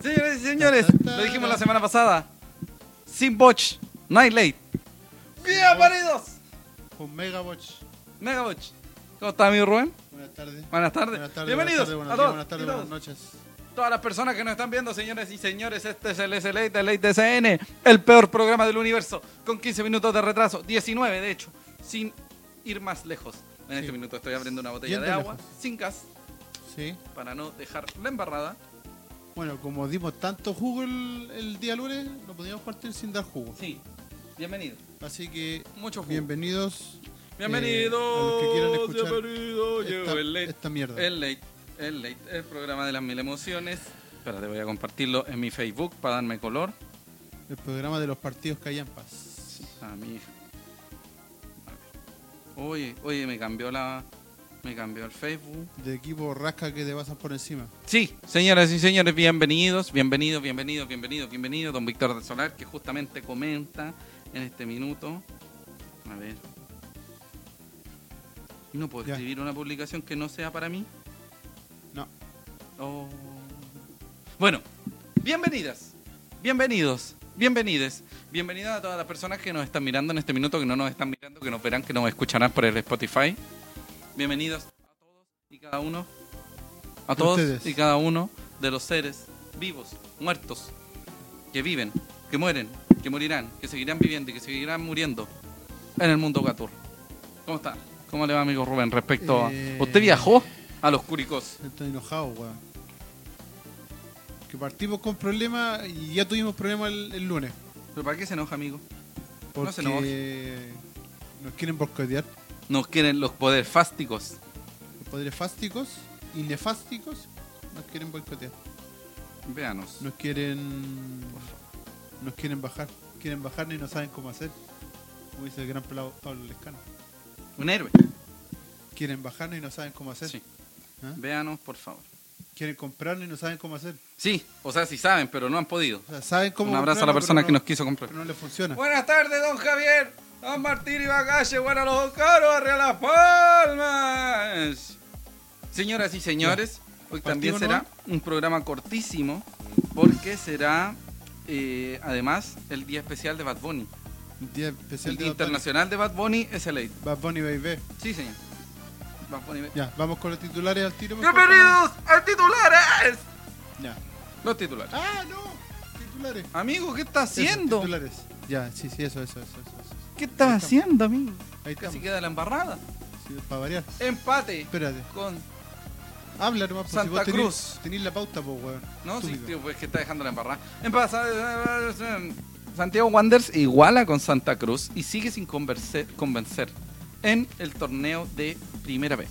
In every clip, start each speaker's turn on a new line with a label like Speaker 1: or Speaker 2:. Speaker 1: señores y señores, lo dijimos la semana pasada. Sin botch, no hay late. Bienvenidos,
Speaker 2: Un megawatch.
Speaker 1: Mega Botch. ¿Cómo está, amigo Rubén?
Speaker 2: Buenas tardes.
Speaker 1: Buenas tardes.
Speaker 2: Buenas tardes.
Speaker 1: Bienvenidos
Speaker 2: buenas
Speaker 1: a
Speaker 2: tardes,
Speaker 1: todos.
Speaker 2: buenas, tardes,
Speaker 1: y
Speaker 2: buenas
Speaker 1: todas.
Speaker 2: noches.
Speaker 1: Todas las personas que nos están viendo, señores y señores, este es el SLA de Late DCN, el peor programa del universo, con 15 minutos de retraso, 19 de hecho, sin ir más lejos. En
Speaker 2: Sí.
Speaker 1: este minuto estoy abriendo una botella
Speaker 2: Yendo
Speaker 1: de agua,
Speaker 2: lejos.
Speaker 1: sin gas,
Speaker 2: Sí.
Speaker 1: para no dejar la embarrada.
Speaker 2: Bueno, como dimos tanto jugo el, el día lunes, no podíamos partir sin dar jugo.
Speaker 1: Sí, bienvenido.
Speaker 2: Así que,
Speaker 1: Mucho jugo.
Speaker 2: bienvenidos.
Speaker 1: Bienvenido,
Speaker 2: Eh, a los que quieran escuchar
Speaker 1: bienvenido, llegó el
Speaker 2: Esta,
Speaker 1: late,
Speaker 2: esta mierda.
Speaker 1: el late, el late, el programa de las mil emociones. Espérate, voy a compartirlo en mi Facebook para darme color.
Speaker 2: El programa de los partidos que hay en paz.
Speaker 1: A mi hija. Oye, oye, me cambió la, me cambió el Facebook.
Speaker 2: De equipo rasca que te pasan por encima.
Speaker 1: Sí, señoras y señores, bienvenidos, bienvenidos, bienvenidos, bienvenidos, bienvenidos. Don Víctor de Solar, que justamente comenta en este minuto. A ver. No puedo
Speaker 2: Ya.
Speaker 1: escribir una publicación que no sea para mí.
Speaker 2: No.
Speaker 1: Oh. Bueno, bienvenidas, bienvenidos, bienvenides, bienvenidas a todas las personas que nos están mirando en este minuto, que no nos están mirando, que nos verán, que nos escucharán por el Spotify. Bienvenidos a todos y cada uno, a
Speaker 2: Y
Speaker 1: todos
Speaker 2: ustedes.
Speaker 1: y cada uno de los seres vivos, muertos, que viven, que mueren, que morirán, que seguirán viviendo y que seguirán muriendo en el mundo Gatur. ¿Cómo está? ¿Cómo le va, amigo Rubén? Respecto
Speaker 2: Eh,
Speaker 1: a... ¿Usted viajó a los Curicos?
Speaker 2: Estoy enojado, weón. Que partimos con problemas y ya tuvimos problemas el, el lunes.
Speaker 1: ¿Pero para qué se enoja, amigo?
Speaker 2: Porque
Speaker 1: No se
Speaker 2: nos quieren boicotear.
Speaker 1: Nos quieren los poderes fásticos.
Speaker 2: Los poderes fásticos y nefásticos nos quieren boicotear.
Speaker 1: Véanos.
Speaker 2: Nos quieren. Nos quieren bajar. Quieren bajar y no saben cómo hacer. Como dice el gran Pla- Pablo Lescano.
Speaker 1: Un héroe.
Speaker 2: Quieren bajarnos y no saben cómo hacer.
Speaker 1: Sí.
Speaker 2: ¿Ah?
Speaker 1: Véanos, por favor.
Speaker 2: Quieren comprarnos y no saben cómo hacer.
Speaker 1: Sí, o sea, sí saben, pero no han podido.
Speaker 2: O sea, saben cómo
Speaker 1: Un abrazo a la
Speaker 2: comprarnos,
Speaker 1: persona
Speaker 2: pero
Speaker 1: que
Speaker 2: no-
Speaker 1: nos quiso comprar.
Speaker 2: pero no les funciona.
Speaker 1: Buenas tardes, don Javier. Don Martín y Bagache, bueno, los Ocaros, arriba las palmas. Señoras y señores, hoy también
Speaker 2: ¿Partimos,
Speaker 1: será un programa cortísimo porque será eh, además el día especial de Bad Bunny.
Speaker 2: Un Día especial
Speaker 1: El
Speaker 2: de
Speaker 1: Día
Speaker 2: Bad Bunny.
Speaker 1: Internacional de Bad Bunny es el 8.
Speaker 2: Bad Bunny Baby.
Speaker 1: Sí, señor. Bad Bunny.
Speaker 2: Ya, vamos con los titulares al tiro. por favor.
Speaker 1: Bienvenidos a titulares.
Speaker 2: Ya.
Speaker 1: Los titulares.
Speaker 2: ¡Ah, no! Titulares.
Speaker 1: Amigo, ¿qué estás haciendo?
Speaker 2: Eso, titulares. Ya, sí, sí, eso, eso, eso. eso, eso.
Speaker 1: ¿Qué estás
Speaker 2: Estamos.
Speaker 1: haciendo, amigo?
Speaker 2: Ahí estamos.
Speaker 1: Casi queda la embarrada.
Speaker 2: Sí, para variar.
Speaker 1: Empate
Speaker 2: Espérate.
Speaker 1: con
Speaker 2: Habla nomás, pues,
Speaker 1: Santa
Speaker 2: si vos tenés-
Speaker 1: Cruz.
Speaker 2: Tenés la pauta, pues, weón.
Speaker 1: No, sí,
Speaker 2: Estúpido.
Speaker 1: tío, pues que está dejando la embarrada. En pasa- eh, Santiago Wanderers iguala con Santa Cruz y sigue sin converse- convencer en el torneo de Primera vez.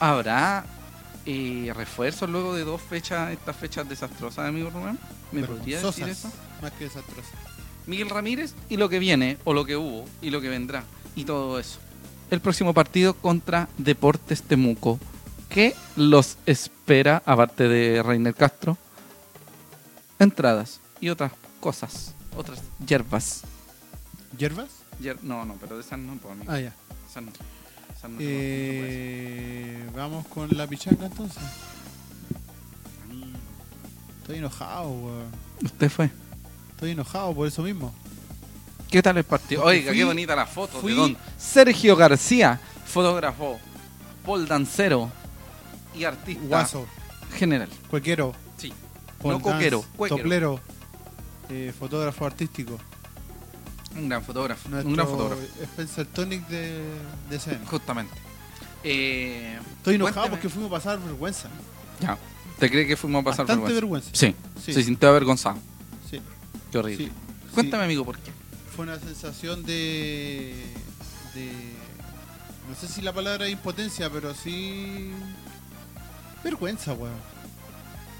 Speaker 1: ¿Habrá eh, refuerzos luego de dos fechas, estas fechas desastrosas, amigo Rubén? ¿Me podría decir
Speaker 2: Vergonzosas,
Speaker 1: eso?
Speaker 2: Más que desastrosas.
Speaker 1: Miguel Ramírez y lo que viene, o lo que hubo, y lo que vendrá, y todo eso. El próximo partido contra Deportes Temuco. ¿Qué los espera, aparte de Reiner Castro? Entradas y otras cosas, otras hierbas.
Speaker 2: ¿Hierbas?
Speaker 1: Hier- no, no, pero de esas no, pues, amigo.
Speaker 2: Ah, ya.
Speaker 1: Esas no. Esas no se pueden- no
Speaker 2: Eh, vamos con la pichanga entonces.
Speaker 1: se pueden.
Speaker 2: Estoy enojado, weón.
Speaker 1: Usted fue.
Speaker 2: Estoy enojado por eso mismo.
Speaker 1: ¿Qué tal el partido?
Speaker 2: Porque
Speaker 1: Oiga,
Speaker 2: fui-
Speaker 1: qué bonita la foto
Speaker 2: fui-
Speaker 1: de don Sergio García, fotógrafo, Paul Dancero y artista
Speaker 2: Guaso,
Speaker 1: general.
Speaker 2: cuequero,
Speaker 1: Sí.
Speaker 2: pole
Speaker 1: no coquero,
Speaker 2: dance,
Speaker 1: cuequero.
Speaker 2: toplero, eh, fotógrafo artístico.
Speaker 1: Un gran fotógrafo. Un gran
Speaker 2: Nuestro
Speaker 1: fotógrafo.
Speaker 2: Spencer Tonic de, de CN.
Speaker 1: Justamente. Eh,
Speaker 2: Estoy enojado
Speaker 1: Cuénteme.
Speaker 2: porque fuimos a pasar vergüenza.
Speaker 1: ya. ¿Te crees que fuimos a pasar
Speaker 2: Bastante
Speaker 1: vergüenza?
Speaker 2: vergüenza.
Speaker 1: Sí,
Speaker 2: Sí.
Speaker 1: Se sintió avergonzado.
Speaker 2: Sí,
Speaker 1: Qué horrible.
Speaker 2: sí,
Speaker 1: Cuéntame, amigo, por qué.
Speaker 2: fue una sensación de, de no sé si la palabra es impotencia pero sí vergüenza weón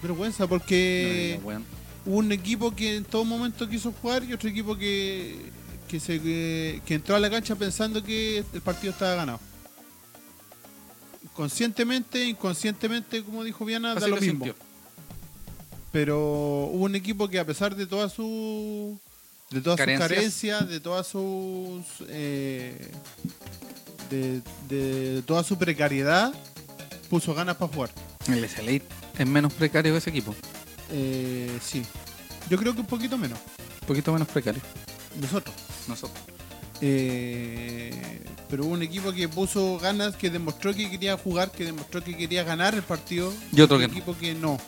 Speaker 2: vergüenza porque
Speaker 1: No, bueno.
Speaker 2: hubo un equipo que en todo momento quiso jugar y otro equipo que que se que, que entró a la cancha pensando que el partido estaba ganado conscientemente inconscientemente como dijo Viana da
Speaker 1: Así
Speaker 2: lo,
Speaker 1: lo
Speaker 2: mismo
Speaker 1: sintió.
Speaker 2: pero hubo un equipo que a pesar de todas sus de todas
Speaker 1: Carencias.
Speaker 2: sus carencias, de todas sus eh, de, de toda su precariedad puso ganas para jugar.
Speaker 1: El SLA es menos precario que ese equipo.
Speaker 2: Eh, sí, Yo creo que un poquito menos.
Speaker 1: Un poquito menos precario.
Speaker 2: Nosotros.
Speaker 1: Nosotros.
Speaker 2: Eh, pero hubo un equipo que puso ganas, que demostró que quería jugar, que demostró que quería ganar el partido.
Speaker 1: Y otro que
Speaker 2: un
Speaker 1: no.
Speaker 2: equipo que no.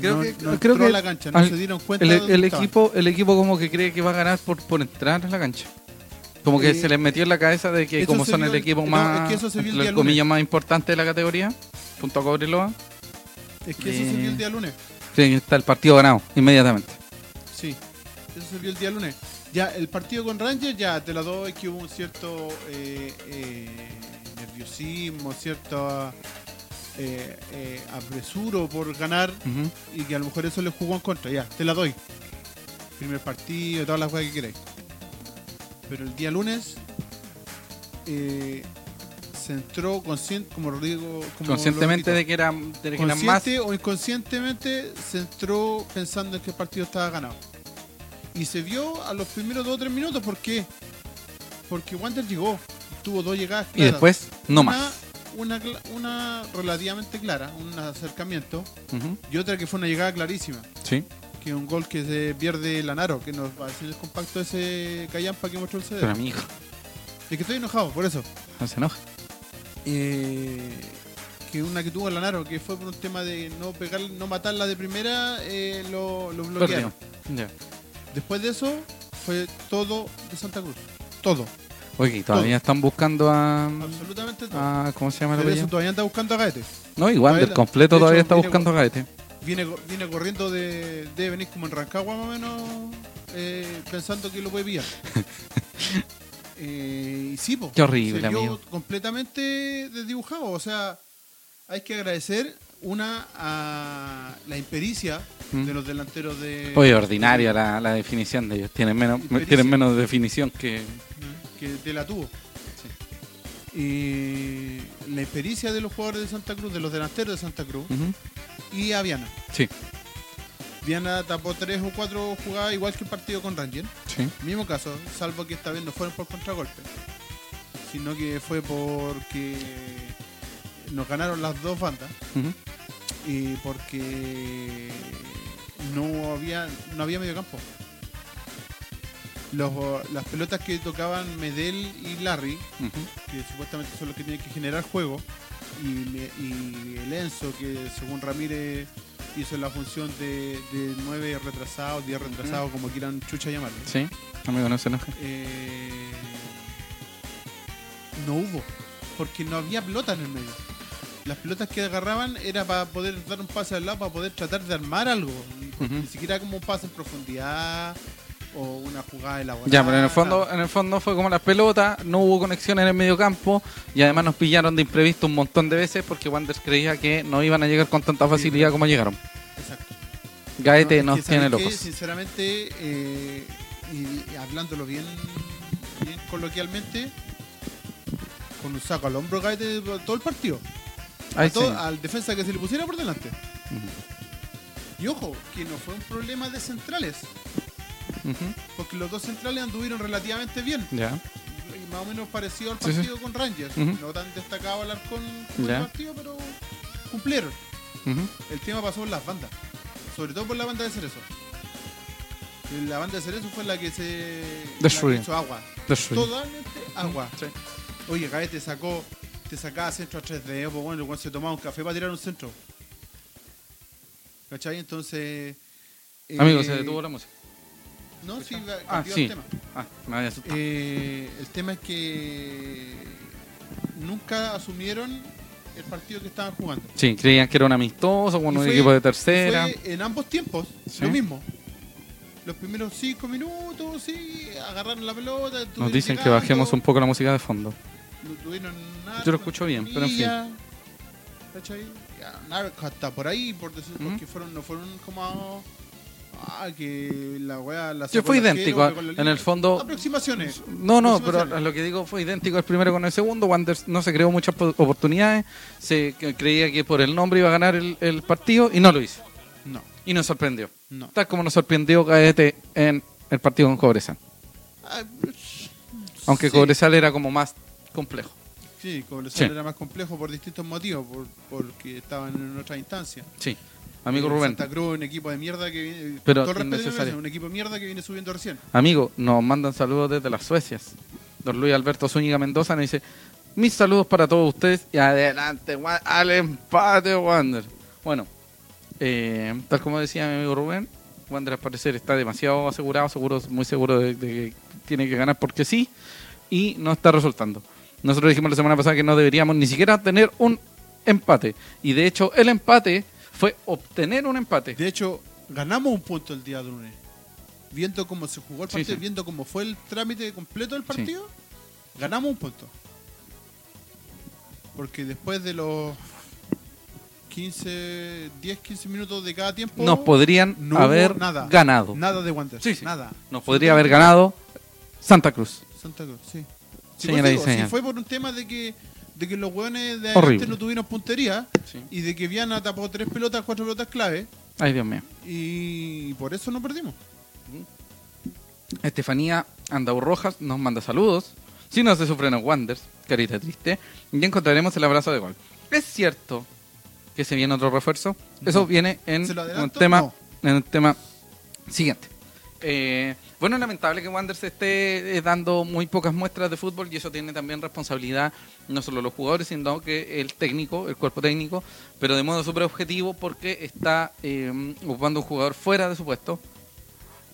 Speaker 1: Creo
Speaker 2: no,
Speaker 1: que-
Speaker 2: no
Speaker 1: creo
Speaker 2: entró
Speaker 1: que
Speaker 2: a la cancha, no
Speaker 1: al-
Speaker 2: se dieron cuenta.
Speaker 1: El,
Speaker 2: dónde
Speaker 1: el
Speaker 2: estaban.
Speaker 1: equipo, el equipo como que cree que va a ganar por, por entrar en la cancha. Como que
Speaker 2: Eh,
Speaker 1: se les metió en la cabeza de que
Speaker 2: eso
Speaker 1: como
Speaker 2: se
Speaker 1: son
Speaker 2: vio
Speaker 1: el
Speaker 2: el-
Speaker 1: equipo
Speaker 2: no,
Speaker 1: más,
Speaker 2: es que eso se vio el
Speaker 1: entre
Speaker 2: día
Speaker 1: comillas, más importante de la categoría, junto a Cobreloa,
Speaker 2: Es que eso se vio el día lunes.
Speaker 1: creen que está el partido ganado inmediatamente.
Speaker 2: Sí, eso se vio el día lunes. Ya, el partido con Rangers, ya te la doy que hubo un cierto eh, eh, nerviosismo, cierto eh, eh, apresuro por ganar
Speaker 1: Ujú.
Speaker 2: y que a lo mejor eso le jugó en contra. Ya, te la doy. Primer partido, todas las cosas que queréis. Pero el día lunes eh, se entró consciente, como lo digo, como
Speaker 1: Conscientemente
Speaker 2: lo
Speaker 1: de que eran, de que eran más.
Speaker 2: consciente o inconscientemente se entró pensando en que el partido estaba ganado. Y se vio a los primeros dos o tres minutos, ¿por qué? Porque Wander llegó, tuvo dos llegadas
Speaker 1: Y
Speaker 2: claras.
Speaker 1: después, no
Speaker 2: Una-
Speaker 1: más.
Speaker 2: Una, cla- una relativamente clara, un acercamiento,
Speaker 1: Ujú.
Speaker 2: y otra que fue una llegada clarísima,
Speaker 1: Sí.
Speaker 2: que un gol que se pierde Lanaro, que nos va a hacer el compacto ese callampa que mostró el CD.
Speaker 1: Pero mi hijo,
Speaker 2: Es que estoy enojado, por eso.
Speaker 1: no se enoja.
Speaker 2: eh, que una que tuvo el Lanaro, que fue por un tema de no pegar, no matarla de primera, eh, lo, lo bloquearon.
Speaker 1: Perdió. Ya.
Speaker 2: Después de eso, fue todo de Santa Cruz. Todo,
Speaker 1: Oye, y todavía están buscando a,
Speaker 2: absolutamente todo.
Speaker 1: a- ¿Cómo se llama el
Speaker 2: Pero eso
Speaker 1: apellido?
Speaker 2: todavía anda buscando a Gaete.
Speaker 1: No, igual,
Speaker 2: todavía
Speaker 1: del
Speaker 2: la-
Speaker 1: completo
Speaker 2: de hecho,
Speaker 1: todavía está
Speaker 2: viene-
Speaker 1: buscando a Gaete.
Speaker 2: Viene, co- viene corriendo de, debe venir como en Rancagua más o menos, eh, pensando que lo puede pillar. Eh, y sí, po,
Speaker 1: Qué horrible,
Speaker 2: se vio
Speaker 1: amigo.
Speaker 2: completamente desdibujado. O sea, hay que agradecer una a la impericia
Speaker 1: ¿Mm?
Speaker 2: de los delanteros de.
Speaker 1: Oye, ordinaria la, la definición de ellos. Tienen menos,
Speaker 2: Impericia.
Speaker 1: tienen menos definición que.
Speaker 2: Eh, Que te la tuvo. Eh, la impericia de los jugadores de Santa Cruz, de los delanteros de Santa Cruz
Speaker 1: Ujú. Mm.
Speaker 2: y a Viana.
Speaker 1: Sí,
Speaker 2: Viana tapó tres o cuatro jugadas igual que el partido con Ranger.
Speaker 1: sí.
Speaker 2: Mismo caso, salvo que esta vez no fueron por contragolpe, sino que fue porque nos ganaron las dos bandas
Speaker 1: Ujú.
Speaker 2: y porque no había no había medio campo. Los- las pelotas que tocaban Medel y Larry,
Speaker 1: Ujú.
Speaker 2: que supuestamente son los que tienen que generar juego, y, me- y el Enzo, que según Ramírez hizo la función de, de 9 retrasados, 10 retrasados, como quieran chucha llamarlo.
Speaker 1: Sí, amigo, no se enoje.
Speaker 2: Eh, no hubo, porque no había pelota en el medio. Las pelotas que agarraban era para poder dar un pase al lado, para poder tratar de armar algo.
Speaker 1: Ujú.
Speaker 2: Ni siquiera como un pase en profundidad o una jugada elaborada.
Speaker 1: Ya, pero en el fondo,
Speaker 2: nada.
Speaker 1: en el fondo fue como las pelotas, no hubo conexión en el medio campo y además nos pillaron de imprevisto un montón de veces porque Wander creía que no iban a llegar con tanta facilidad como llegaron.
Speaker 2: Exacto.
Speaker 1: Gaete
Speaker 2: No, es
Speaker 1: nos
Speaker 2: que, ¿sabes
Speaker 1: tiene
Speaker 2: qué?
Speaker 1: locos.
Speaker 2: Sinceramente, eh, y, y hablándolo bien, bien coloquialmente, con un saco al hombro cae de- todo el partido.
Speaker 1: Ay,
Speaker 2: a todo-
Speaker 1: señor.
Speaker 2: al defensa que se le pusiera por delante.
Speaker 1: Ujú.
Speaker 2: Y ojo, que no fue un problema de centrales,
Speaker 1: Ujú.
Speaker 2: porque los dos centrales anduvieron relativamente bien.
Speaker 1: Ya.
Speaker 2: Y más o menos parecido al
Speaker 1: Sí, sí.
Speaker 2: partido con Rangers.
Speaker 1: Ujú.
Speaker 2: No tan destacado el arcón con
Speaker 1: Ya.
Speaker 2: el partido, pero cumplieron.
Speaker 1: Ujú.
Speaker 2: El tema pasó por las bandas. Sobre todo por la banda de Cerezo. La banda de Cerezo fue la que se...
Speaker 1: Destruyó.
Speaker 2: la que hizo agua.
Speaker 1: Destruido.
Speaker 2: Totalmente agua.
Speaker 1: Sí.
Speaker 2: Oye, Gae te sacó... Te sacaba centro a 3D, pues bueno, el weón se tomaba un café para tirar un centro. ¿Cachai? Entonces... eh,
Speaker 1: Amigo, se detuvo la música.
Speaker 2: No, sí, va-
Speaker 1: Ah,
Speaker 2: cambió el
Speaker 1: sí.
Speaker 2: tema.
Speaker 1: Ah, me había asustado.
Speaker 2: Eh, el tema es que nunca asumieron el partido que estaban jugando.
Speaker 1: Sí, creían que era un amistoso con
Speaker 2: Y
Speaker 1: un
Speaker 2: fue-
Speaker 1: equipo de tercera.
Speaker 2: Fue en ambos tiempos
Speaker 1: Sí.
Speaker 2: lo mismo. Los primeros cinco minutos, sí, agarraron la pelota.
Speaker 1: Nos dicen que bajemos un poco la música de fondo.
Speaker 2: No tuvieron nada.
Speaker 1: Yo lo escucho bien, pero en fin.
Speaker 2: ¿Cachai? Ya, narco hasta por ahí, por decir,
Speaker 1: ¿Mm?
Speaker 2: porque fueron, no fueron como. a- Ah, que la weá la
Speaker 1: Yo
Speaker 2: sacó
Speaker 1: fue
Speaker 2: el arquero,
Speaker 1: idéntico.
Speaker 2: pegó en la
Speaker 1: En
Speaker 2: línea.
Speaker 1: el fondo,
Speaker 2: Aproximaciones.
Speaker 1: No, no, pero
Speaker 2: aproximaciones.
Speaker 1: a lo que digo fue idéntico el primero con el segundo. Wanderers no se creó muchas po- oportunidades. Se c- creía que por el nombre iba a ganar el, el partido y no lo hizo.
Speaker 2: No,
Speaker 1: Y nos sorprendió.
Speaker 2: no.
Speaker 1: Tal como nos sorprendió Gaete en el partido con Cobresal.
Speaker 2: Ah,
Speaker 1: Aunque
Speaker 2: sí.
Speaker 1: Cobresal era como más complejo.
Speaker 2: Sí, como lo
Speaker 1: Sí.
Speaker 2: era más complejo por distintos motivos, por- porque estaban en otra instancia.
Speaker 1: Sí. Amigo
Speaker 2: El
Speaker 1: Rubén,
Speaker 2: Santa Cruz, un equipo de mierda que viene.
Speaker 1: Pero
Speaker 2: todo el respeto que
Speaker 1: innecesario.
Speaker 2: merece, un equipo de mierda que viene subiendo recién.
Speaker 1: amigo, nos mandan saludos desde las Suecias. Don Luis Alberto Zúñiga Mendoza nos dice, mis saludos para todos ustedes y adelante, Wa- al empate, Wander. Bueno, eh, tal como decía mi amigo Rubén, Wander al parecer está demasiado asegurado, seguro, muy seguro de, de que tiene que ganar porque sí, y no está resultando. Nosotros dijimos la semana pasada que no deberíamos ni siquiera tener un empate. Y de hecho, el empate fue obtener un empate.
Speaker 2: De hecho, ganamos un punto el día lunes. Viendo cómo se jugó el
Speaker 1: Sí,
Speaker 2: partido,
Speaker 1: sí.
Speaker 2: viendo cómo fue el trámite completo del partido, ganamos un punto. Porque después de los 15, 10, 15 minutos de cada tiempo,
Speaker 1: Nos podrían
Speaker 2: no hubo
Speaker 1: haber
Speaker 2: nada,
Speaker 1: ganado.
Speaker 2: Nada de Wander.
Speaker 1: Sí, sí.
Speaker 2: Nada.
Speaker 1: Nos podría haber ganado Santa Cruz.
Speaker 2: Santa Cruz, sí. pues, Si,
Speaker 1: Señora
Speaker 2: fue,
Speaker 1: diseña.
Speaker 2: fue por un tema de que, de que los hueones de
Speaker 1: Horrible.
Speaker 2: adelante no tuvieron puntería y de que Viana tapó tres pelotas, cuatro pelotas clave
Speaker 1: Ay, Dios mío.
Speaker 2: y por eso no perdimos.
Speaker 1: Estefanía Andau Rojas nos manda saludos. Si no se sufren los Wanders, carita triste, ya encontraremos el abrazo de gol. ¿Es cierto que se viene otro refuerzo? Eso
Speaker 2: No.
Speaker 1: viene en
Speaker 2: ¿Se lo
Speaker 1: un
Speaker 2: adelanto?
Speaker 1: tema,
Speaker 2: No.
Speaker 1: en un tema siguiente. Eh, bueno, es lamentable que Wander se esté eh, dando muy pocas muestras de fútbol y eso tiene también responsabilidad no solo los jugadores, sino que el técnico, el cuerpo técnico, pero de modo súper objetivo porque está eh, ocupando un jugador fuera de su puesto,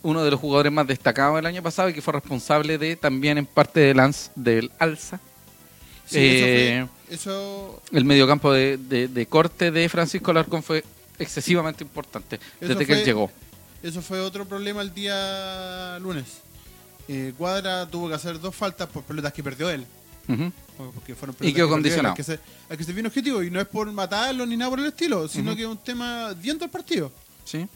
Speaker 1: uno de los jugadores más destacados del año pasado y que fue responsable de también en parte del, ans- del alza,
Speaker 2: Sí,
Speaker 1: Eh,
Speaker 2: eso, fue, eso,
Speaker 1: el mediocampo de, de- de corte de Francisco Alarcón fue excesivamente importante desde que él
Speaker 2: fue-
Speaker 1: llegó.
Speaker 2: eso fue otro problema el día lunes. Eh, Cuadra tuvo que hacer dos faltas por pelotas que perdió él.
Speaker 1: Ujú.
Speaker 2: o- Porque fueron
Speaker 1: Y quedó
Speaker 2: pelotas que perdió él,
Speaker 1: condicionado.
Speaker 2: al que se- al que se vino objetivo y no es por matarlo ni nada por el estilo, sino
Speaker 1: Ujú.
Speaker 2: que es un tema dentro del partido.
Speaker 1: Sí.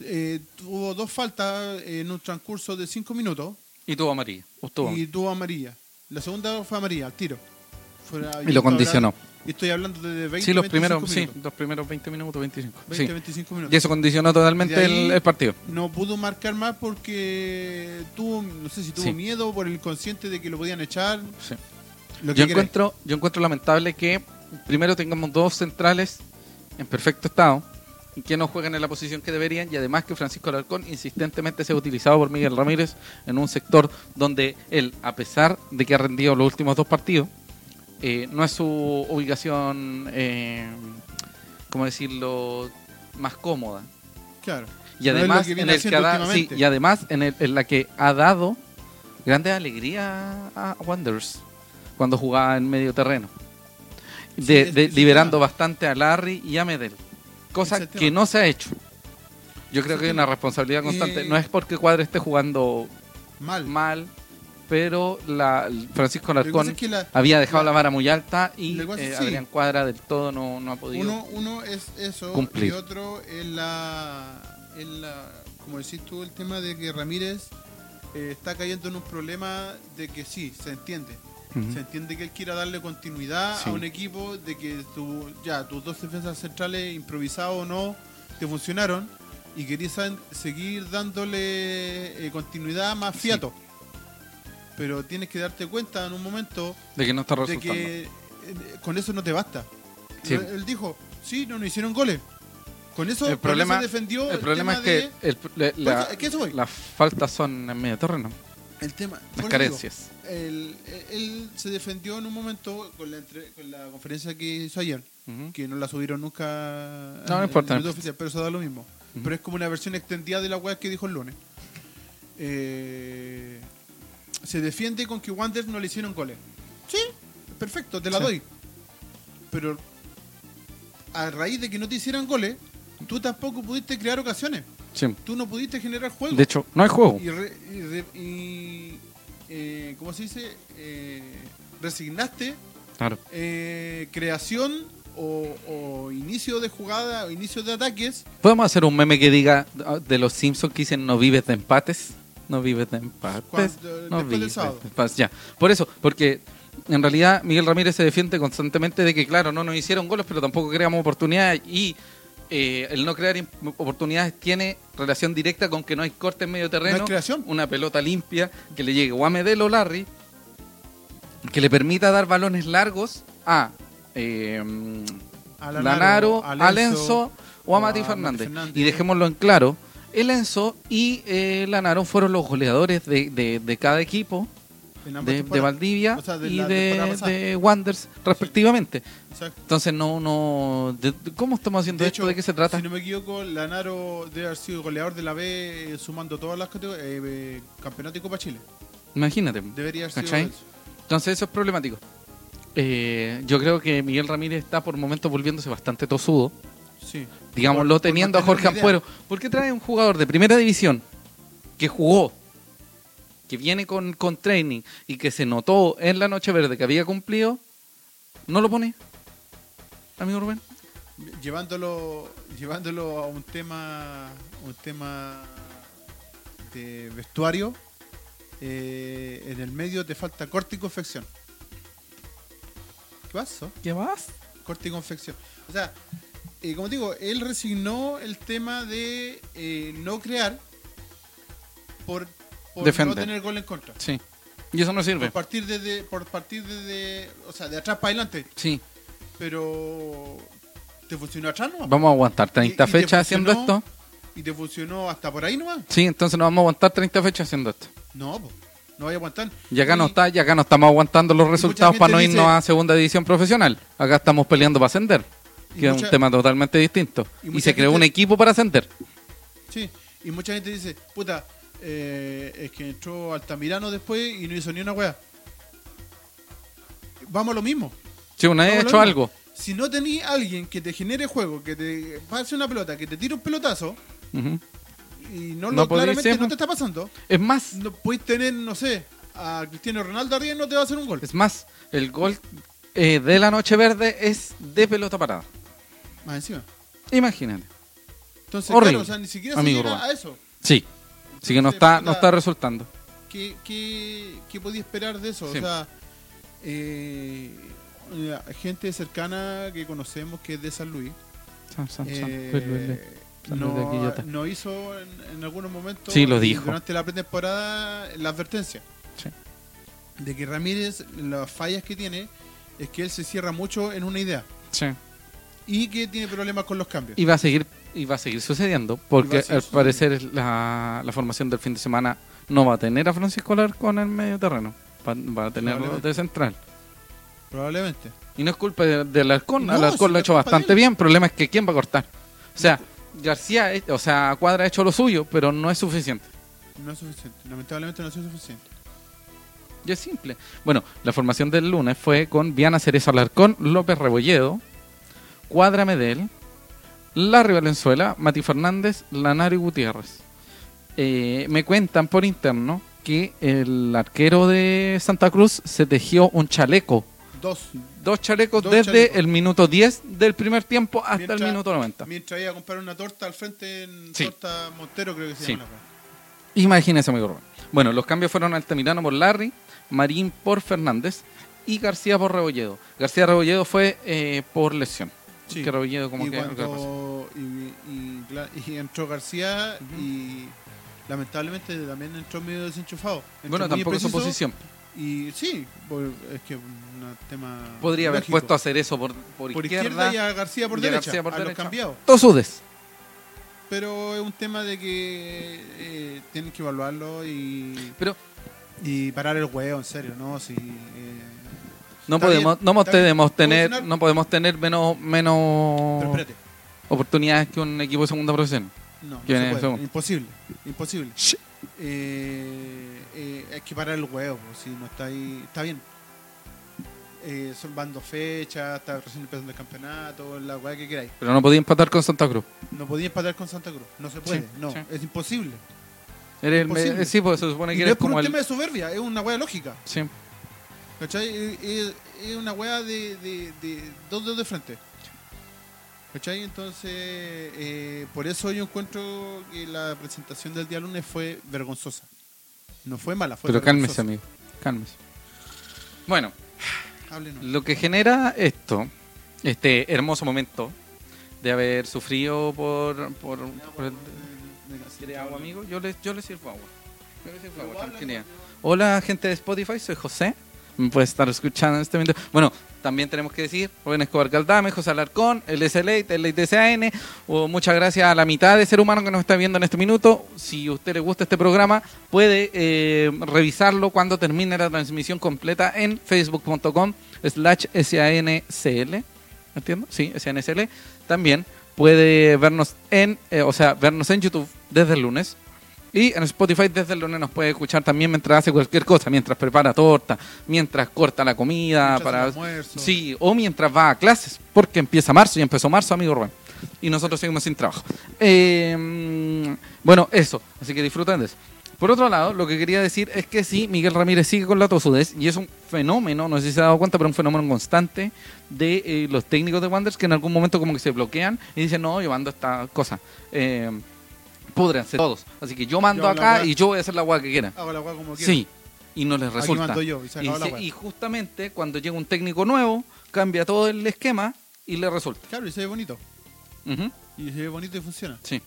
Speaker 2: Eh, tuvo dos faltas en un transcurso de cinco minutos.
Speaker 1: Y tuvo amarillo. obtuvo.
Speaker 2: y tuvo amarilla. La segunda fue amarilla, al tiro. Fue- yo
Speaker 1: lo
Speaker 2: estoy
Speaker 1: condicionó.
Speaker 2: hablando- y estoy hablando de 20
Speaker 1: sí, los
Speaker 2: 25
Speaker 1: primeros, sí,
Speaker 2: minutos.
Speaker 1: los primeros 20 minutos, 25.
Speaker 2: 20,
Speaker 1: sí.
Speaker 2: 25
Speaker 1: Y
Speaker 2: minutos.
Speaker 1: eso condicionó totalmente
Speaker 2: De ahí-
Speaker 1: el, el partido.
Speaker 2: No pudo marcar más porque tuvo, no sé si tuvo
Speaker 1: Sí.
Speaker 2: miedo por el consciente de que lo podían echar.
Speaker 1: Sí.
Speaker 2: Lo que
Speaker 1: Yo
Speaker 2: queráis.
Speaker 1: encuentro, yo encuentro lamentable que primero tengamos dos centrales en perfecto estado y que no jueguen en la posición que deberían y además que Francisco Alarcón insistentemente sea utilizado por Miguel Ramírez en un sector donde él, a pesar de que ha rendido los últimos dos partidos, eh, no es su ubicación, eh, ¿cómo decirlo?, más cómoda.
Speaker 2: Claro.
Speaker 1: Y
Speaker 2: No es lo
Speaker 1: además,
Speaker 2: que
Speaker 1: en
Speaker 2: viene
Speaker 1: el que ha
Speaker 2: haciendo
Speaker 1: da- sí,
Speaker 2: últimamente.
Speaker 1: y además en, el- en la que ha dado grande alegría a Wanderers cuando jugaba en medio terreno.
Speaker 2: Sí,
Speaker 1: De-
Speaker 2: es-
Speaker 1: de-
Speaker 2: es el
Speaker 1: liberando
Speaker 2: tema.
Speaker 1: bastante a Larry y a Medel.
Speaker 2: Es
Speaker 1: Cosa
Speaker 2: el tema.
Speaker 1: que no se ha hecho. Yo creo
Speaker 2: el
Speaker 1: que hay
Speaker 2: tema.
Speaker 1: una responsabilidad constante.
Speaker 2: Eh,
Speaker 1: no es porque Cuadra esté jugando
Speaker 2: Mal.
Speaker 1: mal, pero la, Francisco
Speaker 2: Lo que pasa
Speaker 1: Alarcón
Speaker 2: es que la-
Speaker 1: había dejado
Speaker 2: la-
Speaker 1: la, vara muy alta y
Speaker 2: lo que pasa
Speaker 1: eh,
Speaker 2: es que sí.
Speaker 1: Adrián Cuadra del todo no, no ha podido.
Speaker 2: uno, uno es eso
Speaker 1: cumplir.
Speaker 2: y otro es la, es la- Como decís tú, el tema de que Ramírez eh, está cayendo en un problema de que sí, se entiende.
Speaker 1: Ujú.
Speaker 2: Se entiende que él quiera darle continuidad
Speaker 1: Sí.
Speaker 2: a un equipo de que tu, ya tus dos defensas centrales, improvisados o no, te funcionaron y querías an- seguir dándole eh, continuidad más
Speaker 1: Sí.
Speaker 2: fiato. Pero tienes que darte cuenta en un momento
Speaker 1: De que no está
Speaker 2: de
Speaker 1: resultando.
Speaker 2: que eh, con eso no te basta.
Speaker 1: Sí.
Speaker 2: Él él dijo, sí, no nos hicieron goles. Con eso,
Speaker 1: El
Speaker 2: con
Speaker 1: problema-
Speaker 2: eso defendió
Speaker 1: El problema es
Speaker 2: tema
Speaker 1: que
Speaker 2: de-
Speaker 1: el- le-
Speaker 2: Por
Speaker 1: la-
Speaker 2: eso- es que eso voy.
Speaker 1: las faltas son en medio terreno,
Speaker 2: el tema por
Speaker 1: las
Speaker 2: eso
Speaker 1: carencias.
Speaker 2: digo, él, eh, él se defendió en un momento con la, entre- con la conferencia que hizo ayer,
Speaker 1: Ujú.
Speaker 2: que no la subieron nunca
Speaker 1: No, no
Speaker 2: al-
Speaker 1: importa,
Speaker 2: al
Speaker 1: no
Speaker 2: minuto oficial, pero eso da lo mismo.
Speaker 1: Ujú.
Speaker 2: Pero es como una versión extendida de la web que dijo el lunes. Eh, se defiende con que Wander no le hicieron goles. Sí, perfecto, te la
Speaker 1: Sí.
Speaker 2: doy. Pero a raíz de que no te hicieran goles, tú tampoco pudiste crear ocasiones.
Speaker 1: Sí.
Speaker 2: Tú no pudiste generar juego.
Speaker 1: De hecho, no hay juego.
Speaker 2: y, re- y re- y, eh, ¿cómo se dice? Eh, resignaste
Speaker 1: Claro.
Speaker 2: eh, creación o, o inicio de jugada o inicio de ataques.
Speaker 1: Podemos hacer un meme que diga ah, de los Simpsons que dicen no vives de empates. No vives de empates.
Speaker 2: Cuando-
Speaker 1: No
Speaker 2: después del
Speaker 1: vives de
Speaker 2: sábado.
Speaker 1: empates. Ya. Por eso, porque en realidad Miguel Ramírez se defiende constantemente de que, claro, no nos hicieron goles, pero tampoco creamos oportunidades. Y eh, el no crear im- oportunidades tiene relación directa con que no hay corte en medio terreno.
Speaker 2: No hay creación.
Speaker 1: una pelota limpia que le llegue o a Medel o Larry, que le permita dar balones largos a eh,
Speaker 2: A
Speaker 1: Lanaro, a Lenzo o a Mati Fernández. Y dejémoslo en claro, el Enzo y eh, Lanarón fueron los goleadores de, de- de cada equipo
Speaker 2: En ambas
Speaker 1: de, de
Speaker 2: temporadas.
Speaker 1: Valdivia
Speaker 2: pues, O sea, de
Speaker 1: y
Speaker 2: la temporada
Speaker 1: de,
Speaker 2: pasada.
Speaker 1: de Wanders respectivamente.
Speaker 2: Exacto.
Speaker 1: Entonces, no, no, de- de- ¿cómo estamos haciendo
Speaker 2: De
Speaker 1: esto?
Speaker 2: hecho,
Speaker 1: ¿De qué se trata?
Speaker 2: Si no me equivoco, Lanaro debe haber sido goleador de la B eh, sumando todas las categorías. eh, eh, campeonato y Copa Chile.
Speaker 1: Imagínate.
Speaker 2: Debería haber sido.
Speaker 1: ¿Cachai?
Speaker 2: eso.
Speaker 1: Entonces, eso es problemático. Eh, yo creo que Miguel Ramírez está por momentos volviéndose bastante tosudo.
Speaker 2: Sí.
Speaker 1: digámoslo,
Speaker 2: Por- por
Speaker 1: teniendo
Speaker 2: no
Speaker 1: a
Speaker 2: tener
Speaker 1: Jorge
Speaker 2: una idea.
Speaker 1: Ampuero. ¿Por qué trae un jugador de primera división que jugó, que viene con, con training y que se notó en la Noche Verde que había cumplido? ¿No lo pone? Amigo Rubén.
Speaker 2: Llevándolo, llevándolo a un tema, un tema de vestuario, eh, en el medio te falta corte y confección. ¿Qué pasó?
Speaker 1: ¿Qué vas?
Speaker 2: corte y confección. O sea, eh, como te digo, él resignó el tema de eh, no crear por, por no
Speaker 1: Defender.
Speaker 2: tener gol en contra.
Speaker 1: Sí. Y eso no
Speaker 2: Por
Speaker 1: sirve.
Speaker 2: partir desde, por partir desde, o sea, de atrás para adelante,
Speaker 1: Sí.
Speaker 2: pero te funcionó atrás nomás.
Speaker 1: Vamos a aguantar 30
Speaker 2: ¿Y- y te
Speaker 1: fechas haciendo
Speaker 2: funcionó?
Speaker 1: esto.
Speaker 2: Y te funcionó hasta por ahí nomás.
Speaker 1: Sí, entonces nos vamos a aguantar 30 fechas haciendo esto.
Speaker 2: No, po, no vaya a aguantar.
Speaker 1: Y acá no
Speaker 2: Y-
Speaker 1: está, y acá no estamos aguantando los resultados
Speaker 2: gente
Speaker 1: para no irnos
Speaker 2: dice-
Speaker 1: a segunda división profesional. Acá estamos peleando para ascender,
Speaker 2: Y
Speaker 1: que es
Speaker 2: mucha-
Speaker 1: un tema totalmente distinto.
Speaker 2: y
Speaker 1: Y,
Speaker 2: mucha
Speaker 1: se creó
Speaker 2: gente-
Speaker 1: un equipo para ascender.
Speaker 2: Sí, y mucha gente dice, puta, eh, es que entró Altamirano después y no hizo ni una wea. Vamos a lo mismo.
Speaker 1: Sí, una vez
Speaker 2: Vamos a lo
Speaker 1: hecho
Speaker 2: mismo.
Speaker 1: algo.
Speaker 2: Si no tenés alguien que te genere juego, que te pase una pelota, que te tire un pelotazo,
Speaker 1: Ujú.
Speaker 2: y no lo
Speaker 1: No podéis
Speaker 2: claramente
Speaker 1: ser,
Speaker 2: no
Speaker 1: ¿no?
Speaker 2: te está pasando,
Speaker 1: Es más,
Speaker 2: no puedes tener, no sé, a Cristiano Ronaldo arriba y no te va a hacer un gol.
Speaker 1: es más, el gol eh, de la Noche Verde es de pelota parada.
Speaker 2: Más encima.
Speaker 1: Imagínate.
Speaker 2: Entonces,
Speaker 1: Horrible,
Speaker 2: claro, o sea, ni siquiera se
Speaker 1: amigo
Speaker 2: llega
Speaker 1: Rubén.
Speaker 2: a eso.
Speaker 1: Sí. Así que no
Speaker 2: Entonces,
Speaker 1: está,
Speaker 2: puta,
Speaker 1: no está resultando.
Speaker 2: ¿Qué, qué, qué podía esperar de eso?
Speaker 1: Sí.
Speaker 2: O sea, eh, mira, gente cercana que conocemos que es de San Luis.
Speaker 1: Sam, sam, sam.
Speaker 2: eh,
Speaker 1: Ah, Luis, Luis, Luis. San Luis de
Speaker 2: no,
Speaker 1: Quillota.
Speaker 2: no hizo en, en algunos momentos
Speaker 1: Sí, lo dijo.
Speaker 2: durante la pretemporada la advertencia
Speaker 1: Sí.
Speaker 2: de que Ramírez las fallas que tiene es que él se cierra mucho en una idea
Speaker 1: Sí.
Speaker 2: y que tiene problemas con los cambios
Speaker 1: Y va a seguir, y va a seguir sucediendo,
Speaker 2: Y va
Speaker 1: porque
Speaker 2: a seguir
Speaker 1: al parecer la, la formación del fin de semana no va a tener a Francisco Alarcón en el medio terreno. Va, va a tenerlo
Speaker 2: Probablemente.
Speaker 1: de central.
Speaker 2: probablemente
Speaker 1: Y no es culpa de, de Alarcón,
Speaker 2: No,
Speaker 1: Alarcón lo
Speaker 2: si no
Speaker 1: ha
Speaker 2: es
Speaker 1: hecho
Speaker 2: culpa de
Speaker 1: bastante
Speaker 2: él.
Speaker 1: bien, el problema es que quién va a cortar. O sea, García, ha hecho- o sea, Cuadra ha hecho lo suyo, pero no es suficiente.
Speaker 2: no es suficiente lamentablemente no es suficiente
Speaker 1: Y es simple. Bueno, la formación del lunes fue con Viana Cerezo Alarcón, López Rebolledo, Cuadra Medel, Larry Valenzuela, Mati Fernández, Lanaro y Gutiérrez. Eh, me cuentan por interno que el arquero de Santa Cruz se tejió un chaleco.
Speaker 2: dos
Speaker 1: Dos chalecos
Speaker 2: Dos
Speaker 1: desde
Speaker 2: chalecos.
Speaker 1: el minuto 10 del primer tiempo hasta el
Speaker 2: Mientras-
Speaker 1: minuto 90.
Speaker 2: mientras iba a comprar una torta al frente en
Speaker 1: Sí.
Speaker 2: torta Montero creo que se
Speaker 1: Sí.
Speaker 2: llama la weá.
Speaker 1: Imagínese, amigo Rubén. Bueno, los cambios fueron Altamirano por Larry, Marín por Fernández y García por Rebolledo. García Rebolledo fue eh, por lesión.
Speaker 2: Sí.
Speaker 1: Que Rebolledo como
Speaker 2: y
Speaker 1: que...
Speaker 2: cuando y, y- cla- y entró García
Speaker 1: Ujú.
Speaker 2: y lamentablemente también entró medio desenchufado. Entró
Speaker 1: Bueno,
Speaker 2: muy
Speaker 1: tampoco es
Speaker 2: impreciso
Speaker 1: oposición.
Speaker 2: Y sí, por- es que un tema
Speaker 1: Podría haber
Speaker 2: lógico.
Speaker 1: puesto a hacer eso por, por,
Speaker 2: por izquierda,
Speaker 1: izquierda.
Speaker 2: y a García por
Speaker 1: y a
Speaker 2: derecha,
Speaker 1: García por
Speaker 2: a los
Speaker 1: derecha.
Speaker 2: cambiados.
Speaker 1: Tosudes.
Speaker 2: Pero es un tema de que eh, tienen que evaluarlo y,
Speaker 1: Pero
Speaker 2: y parar el huevo, en serio, ¿no? eh, Si, eh,
Speaker 1: no
Speaker 2: Está
Speaker 1: podemos,
Speaker 2: bien,
Speaker 1: no
Speaker 2: está bien.
Speaker 1: podemos
Speaker 2: ¿Puedo
Speaker 1: tener,
Speaker 2: mencionar?
Speaker 1: no podemos tener menos,
Speaker 2: Pero
Speaker 1: menos
Speaker 2: espérate,
Speaker 1: oportunidades que un equipo de segunda profesión.
Speaker 2: no, no
Speaker 1: ¿Quién es
Speaker 2: se
Speaker 1: el
Speaker 2: puede,
Speaker 1: segundo?
Speaker 2: imposible, imposible.
Speaker 1: Sh-
Speaker 2: Eh, eh, es que parar el huevo, po, si no está ahí, está bien. Eh, son bandos fechas, está recién empezando el campeonato, la weá que queráis.
Speaker 1: Pero no podía empatar con Santa Cruz.
Speaker 2: No podía empatar con Santa Cruz, no se puede,
Speaker 1: Sí,
Speaker 2: no,
Speaker 1: sí.
Speaker 2: es imposible.
Speaker 1: Eres el me-
Speaker 2: Imposible.
Speaker 1: sí, pues, se supone
Speaker 2: Y
Speaker 1: que
Speaker 2: no
Speaker 1: eres
Speaker 2: es por un
Speaker 1: como el...
Speaker 2: tema de soberbia, es una weá lógica,
Speaker 1: Sí.
Speaker 2: ¿cachai? Es, es- es una weá de, de- de dos dedos de frente. ¿Cachai? Entonces, eh, por eso yo encuentro que la presentación del día lunes fue vergonzosa. No fue mala, fue
Speaker 1: Pero cálmese,
Speaker 2: vergonzosa.
Speaker 1: amigo. Cálmese. Bueno,
Speaker 2: Háblenos.
Speaker 1: Lo que genera esto, este hermoso momento de haber sufrido por... por, por el- ¿Quiere agua, amigo? Yo le, yo le sirvo agua. Yo le sirvo agua, tranquilidad. Hola, gente de Spotify, soy José. me puede estar escuchando en este momento. Bueno, también tenemos que decir, Rubén Escobar Galdame, José Alarcón, el SLate, el SAN. o muchas gracias a la mitad de ser humano que nos está viendo en este minuto. Si a usted le gusta este programa, puede eh, revisarlo cuando termine la transmisión completa en facebook.com slash SANCL. ¿Entiendo? Sí, SANCL. También puede vernos en, eh, o sea, vernos en YouTube desde el lunes. Y en Spotify desde el lunes nos puede escuchar también mientras hace cualquier cosa, mientras prepara torta, mientras corta la comida,
Speaker 2: Mientras
Speaker 1: para
Speaker 2: el almuerzo.
Speaker 1: sí, o mientras va a clases, porque empieza marzo y empezó marzo, amigo Rubén. Y nosotros seguimos sin trabajo. Eh, bueno, eso, así que disfruten de eso. Por otro lado, lo que quería decir es que sí, Miguel Ramírez sigue con la tosudez y es un fenómeno, no sé si se ha dado cuenta, pero un fenómeno constante de eh, los técnicos de Wanderers que en algún momento como que se bloquean y dicen, no, yo mando esta cosa. Eh, pudranse todos. Así que yo mando
Speaker 2: Yo hablo
Speaker 1: acá
Speaker 2: acá.
Speaker 1: y yo voy a hacer la hueá que quiera.
Speaker 2: Hago la weá como quiera.
Speaker 1: Sí, y no les resulta.
Speaker 2: mando yo, y se acabó la
Speaker 1: se-
Speaker 2: weá.
Speaker 1: y justamente cuando llega un técnico nuevo, cambia todo el esquema y le resulta.
Speaker 2: Claro, y se ve bonito.
Speaker 1: Ujú,
Speaker 2: Y se ve bonito y funciona.
Speaker 1: sí.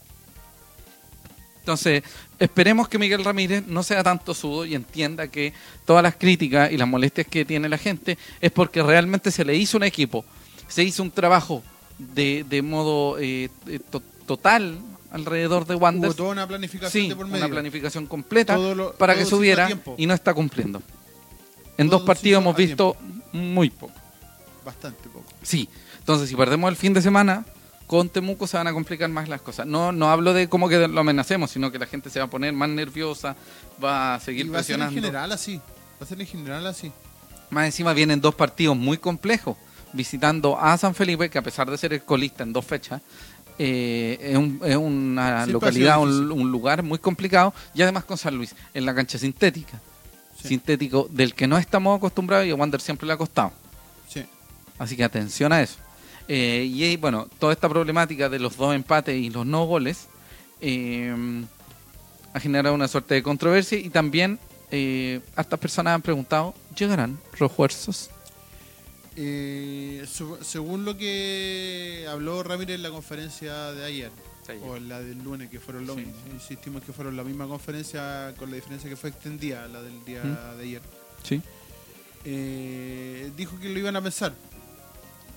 Speaker 1: Entonces, esperemos que Miguel Ramírez no sea tanto sudo y entienda que todas las críticas y las molestias que tiene la gente es porque realmente se le hizo un equipo, se hizo un trabajo de, de modo eh, eh, to- total alrededor de
Speaker 2: Hubo
Speaker 1: Wanderers.
Speaker 2: toda una planificación
Speaker 1: Sí,
Speaker 2: de por medio.
Speaker 1: una planificación completa
Speaker 2: Todo lo-
Speaker 1: para
Speaker 2: todo
Speaker 1: que
Speaker 2: se hizo a
Speaker 1: subiera
Speaker 2: tiempo.
Speaker 1: y no está cumpliendo. En
Speaker 2: Todo
Speaker 1: dos
Speaker 2: se
Speaker 1: partidos
Speaker 2: hizo
Speaker 1: hemos
Speaker 2: a
Speaker 1: visto muy poco.
Speaker 2: Bastante poco.
Speaker 1: Sí, entonces si perdemos el fin de semana, con Temuco se van a complicar más las cosas. No, no hablo de cómo que lo amenacemos, sino que la gente se va a poner más nerviosa, va a seguir
Speaker 2: Y va a ser en
Speaker 1: presionando.
Speaker 2: general así. Va a ser en general así.
Speaker 1: Más encima vienen dos partidos muy complejos, visitando a San Felipe, que a pesar de ser el colista en dos fechas, eh, es, un- es una
Speaker 2: Siempre ha
Speaker 1: localidad,
Speaker 2: sido
Speaker 1: un,
Speaker 2: difícil.
Speaker 1: un lugar muy complicado, y además con San Luis, en la cancha sintética.
Speaker 2: Sí.
Speaker 1: Sintético del que no estamos acostumbrados y a Wander siempre le ha costado.
Speaker 2: Sí.
Speaker 1: Así que atención a eso. Eh, y ahí, bueno, toda esta problemática de los dos empates y los no goles eh, ha generado una suerte de controversia y también eh, hartas personas han preguntado, ¿llegarán refuerzos?
Speaker 2: Eh, su- según lo que habló Ramírez en la conferencia de ayer, o en la del lunes, que fueron lo
Speaker 1: Sí,
Speaker 2: mismo, insistimos que fueron la misma conferencia con la diferencia que fue extendida, la del día
Speaker 1: ¿Mm?
Speaker 2: de ayer,
Speaker 1: Sí.
Speaker 2: Eh, dijo que lo iban a pensar,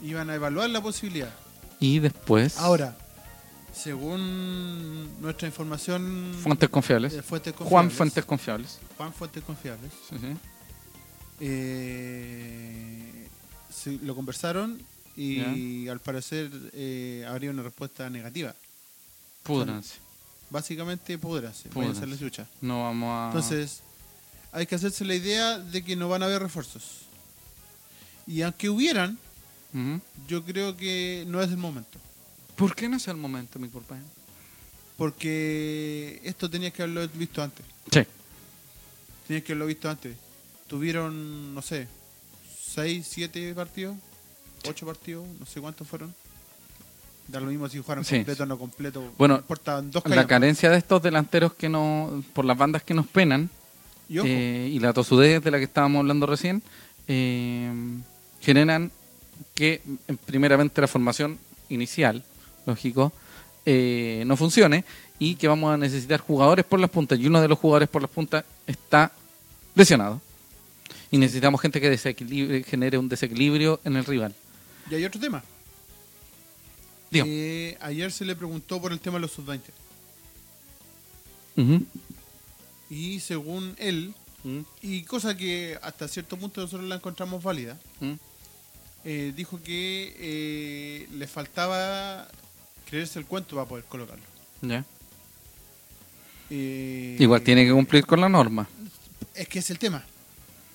Speaker 2: iban a evaluar la posibilidad.
Speaker 1: Y después,
Speaker 2: Ahora, según nuestra información,
Speaker 1: fuentes confiables.
Speaker 2: eh, fuentes
Speaker 1: Juan
Speaker 2: confiables,
Speaker 1: Fuentes Confiables.
Speaker 2: Juan Fuentes Confiables,
Speaker 1: Sí, sí.
Speaker 2: eh, se- lo conversaron y al parecer eh, habría una respuesta negativa.
Speaker 1: Pudranse.
Speaker 2: Básicamente pudrase,
Speaker 1: Púdranse.
Speaker 2: váyanse a la chucha.
Speaker 1: No vamos a...
Speaker 2: Entonces, hay que hacerse la idea de que no van a haber refuerzos. Y aunque hubieran,
Speaker 1: Ujú.
Speaker 2: yo creo que no es el momento.
Speaker 1: ¿Por qué no es el momento, mi compañero?
Speaker 2: Porque esto tenías que haberlo visto antes.
Speaker 1: Sí.
Speaker 2: Tenías que haberlo visto antes. Tuvieron, no sé, 6, 7 partidos, 8 partidos, no sé cuántos fueron. Da lo mismo si jugaron
Speaker 1: Sí.
Speaker 2: completo o no completo.
Speaker 1: Bueno,
Speaker 2: no importa, dos
Speaker 1: La
Speaker 2: callan.
Speaker 1: carencia de estos delanteros que no... Por las bandas que nos penan,
Speaker 2: Y ojo,
Speaker 1: eh, y la tosudez de la que estábamos hablando recién, eh, generan que em, primeramente la formación inicial, lógico, eh, no funcione y que vamos a necesitar jugadores por las puntas. Y uno de los jugadores por las puntas está lesionado. Y necesitamos gente que desequilibre, genere un desequilibrio en el rival.
Speaker 2: y hay otro tema.
Speaker 1: Digo,
Speaker 2: Eh, ayer se le preguntó por el tema de los sub-20.
Speaker 1: ujú.
Speaker 2: Y según él,
Speaker 1: Mm,
Speaker 2: y cosa que hasta cierto punto nosotros la encontramos válida,
Speaker 1: mm.
Speaker 2: eh, dijo que eh, le faltaba creerse el cuento para poder colocarlo.
Speaker 1: Ya.
Speaker 2: Eh,
Speaker 1: Igual tiene que cumplir con la norma.
Speaker 2: Es que es el tema.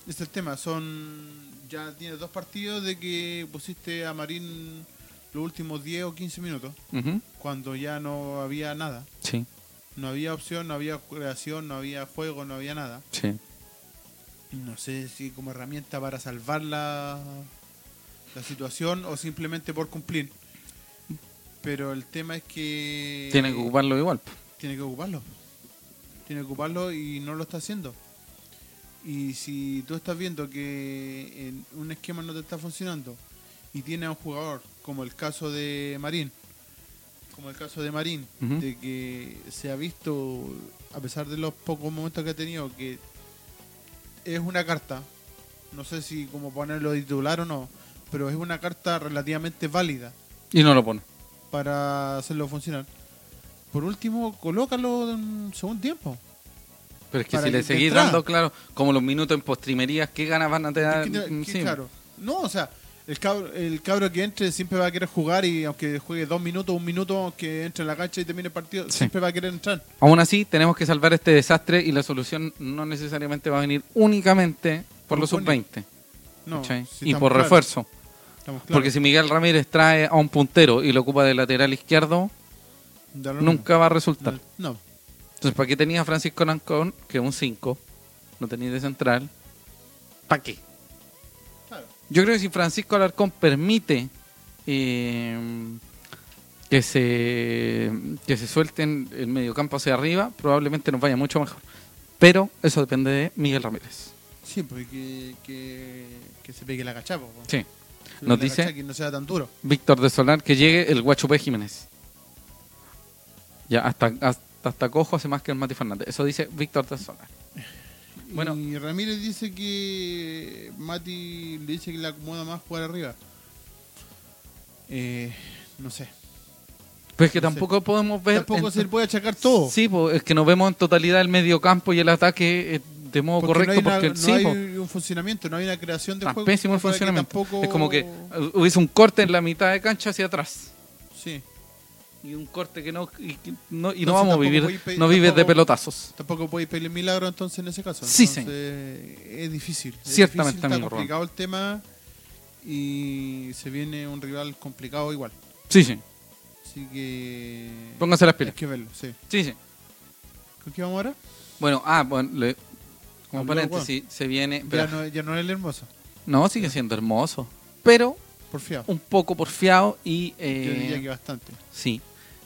Speaker 2: Es el tema. Son. Ya tienes dos partidos de que pusiste a Marín los últimos 10 o 15 minutos,
Speaker 1: Ujú.
Speaker 2: cuando ya no había nada.
Speaker 1: Sí,
Speaker 2: No había opción, no había creación, no había juego, no había nada.
Speaker 1: sí.
Speaker 2: no sé si como herramienta para salvar la, la situación o simplemente por cumplir. Pero el tema es que...
Speaker 1: Tiene que ocuparlo igual. po.
Speaker 2: Tiene que ocuparlo. Tiene que ocuparlo y no lo está haciendo. Y si tú estás viendo que en un esquema no te está funcionando y tienes a un jugador, como el caso de Marín, como el caso de Marín,
Speaker 1: Ujú.
Speaker 2: de que se ha visto, a pesar de los pocos momentos que ha tenido, que es una carta, No sé si como ponerlo de titular o no, pero es una carta relativamente válida
Speaker 1: Y no lo pone.
Speaker 2: para hacerlo funcionar. Por último, colócalo en segundo tiempo.
Speaker 1: Pero es que
Speaker 2: Para
Speaker 1: si
Speaker 2: que-
Speaker 1: le
Speaker 2: de
Speaker 1: seguís
Speaker 2: entrada.
Speaker 1: dando, claro, como los minutos en postrimerías, ¿qué ganas van a tener?
Speaker 2: Es que-
Speaker 1: Mm,
Speaker 2: que
Speaker 1: sí.
Speaker 2: claro. No, o sea, el cabro, el cabro que entre siempre va a querer jugar y aunque juegue dos minutos, un minuto, que entre en la cancha y termine el partido,
Speaker 1: Sí.
Speaker 2: siempre va a querer entrar.
Speaker 1: Aún así, tenemos que salvar este desastre y la solución no necesariamente va a venir únicamente por
Speaker 2: Por
Speaker 1: los
Speaker 2: Juanes.
Speaker 1: sub-20
Speaker 2: No,
Speaker 1: ¿cachai?
Speaker 2: sí,
Speaker 1: y
Speaker 2: estamos
Speaker 1: por
Speaker 2: claros,
Speaker 1: refuerzo.
Speaker 2: estamos claros.
Speaker 1: Porque si Miguel Ramírez trae a un puntero y lo ocupa de lateral izquierdo,
Speaker 2: Da lo mismo.
Speaker 1: nunca va a resultar.
Speaker 2: No,
Speaker 1: Entonces, ¿para qué tenías a Francisco Nancón, que es un 5? No tenía de central. ¿Para qué?
Speaker 2: claro.
Speaker 1: Yo creo que si Francisco Alarcón permite eh, que se que se suelten el mediocampo hacia arriba, probablemente nos vaya mucho mejor. Pero eso depende de Miguel Ramírez.
Speaker 2: Sí, porque que, que, que se pegue la cachapo. po.
Speaker 1: Sí.
Speaker 2: Se pegue
Speaker 1: Nos
Speaker 2: la
Speaker 1: dice-
Speaker 2: cachá, Que no sea tan duro.
Speaker 1: Víctor de Solar, que llegue el Guachupé Jiménez. Ya, hasta, hasta, hasta cojo hace más que el Mati Fernández. Eso dice Víctor de Solar. Bueno.
Speaker 2: Y Ramírez dice que Mati le dice que le acomoda más jugar arriba. Eh, no sé.
Speaker 1: Pero es que
Speaker 2: No sé.
Speaker 1: tampoco podemos ver.
Speaker 2: Tampoco
Speaker 1: Pues, en-
Speaker 2: se le puede achacar todo.
Speaker 1: Sí, pues, es que nos vemos en totalidad el mediocampo y el ataque eh, de modo
Speaker 2: Porque
Speaker 1: correcto,
Speaker 2: no hay,
Speaker 1: porque
Speaker 2: una-
Speaker 1: sí,
Speaker 2: no hay
Speaker 1: po.
Speaker 2: un funcionamiento, no hay una creación de
Speaker 1: Está
Speaker 2: juego.
Speaker 1: Ah, pésimo el
Speaker 2: para que
Speaker 1: funcionamiento.
Speaker 2: tampoco-
Speaker 1: Es como que eh, hubiese un corte en la mitad de cancha hacia atrás.
Speaker 2: Sí,
Speaker 1: Y un corte que no. Y, que no, y
Speaker 2: Entonces
Speaker 1: no vamos a
Speaker 2: tampoco
Speaker 1: vivir.
Speaker 2: voy pe-
Speaker 1: no vives de
Speaker 2: tampoco-
Speaker 1: pelotazos.
Speaker 2: tampoco podéis pedir milagro entonces en ese caso.
Speaker 1: Sí,
Speaker 2: Entonces, Es difícil. es
Speaker 1: Ciertamente,
Speaker 2: difícil,
Speaker 1: amigo
Speaker 2: Está complicado el tema y se viene un rival complicado igual.
Speaker 1: Sí, sí.
Speaker 2: Así que.
Speaker 1: Pónganse las
Speaker 2: Hay
Speaker 1: pilas.
Speaker 2: que verlo, sí.
Speaker 1: Sí, sí.
Speaker 2: ¿Con qué vamos ahora?
Speaker 1: Bueno, ah, bueno. le- como
Speaker 2: Habló,
Speaker 1: paréntesis, se viene.
Speaker 2: Ya
Speaker 1: pero-
Speaker 2: no, ya no es el hermoso.
Speaker 1: no, sigue siendo hermoso. Pero
Speaker 2: Porfiado.
Speaker 1: un poco porfiado y.
Speaker 2: Yo
Speaker 1: Uh, eh,
Speaker 2: diría que bastante.
Speaker 1: sí.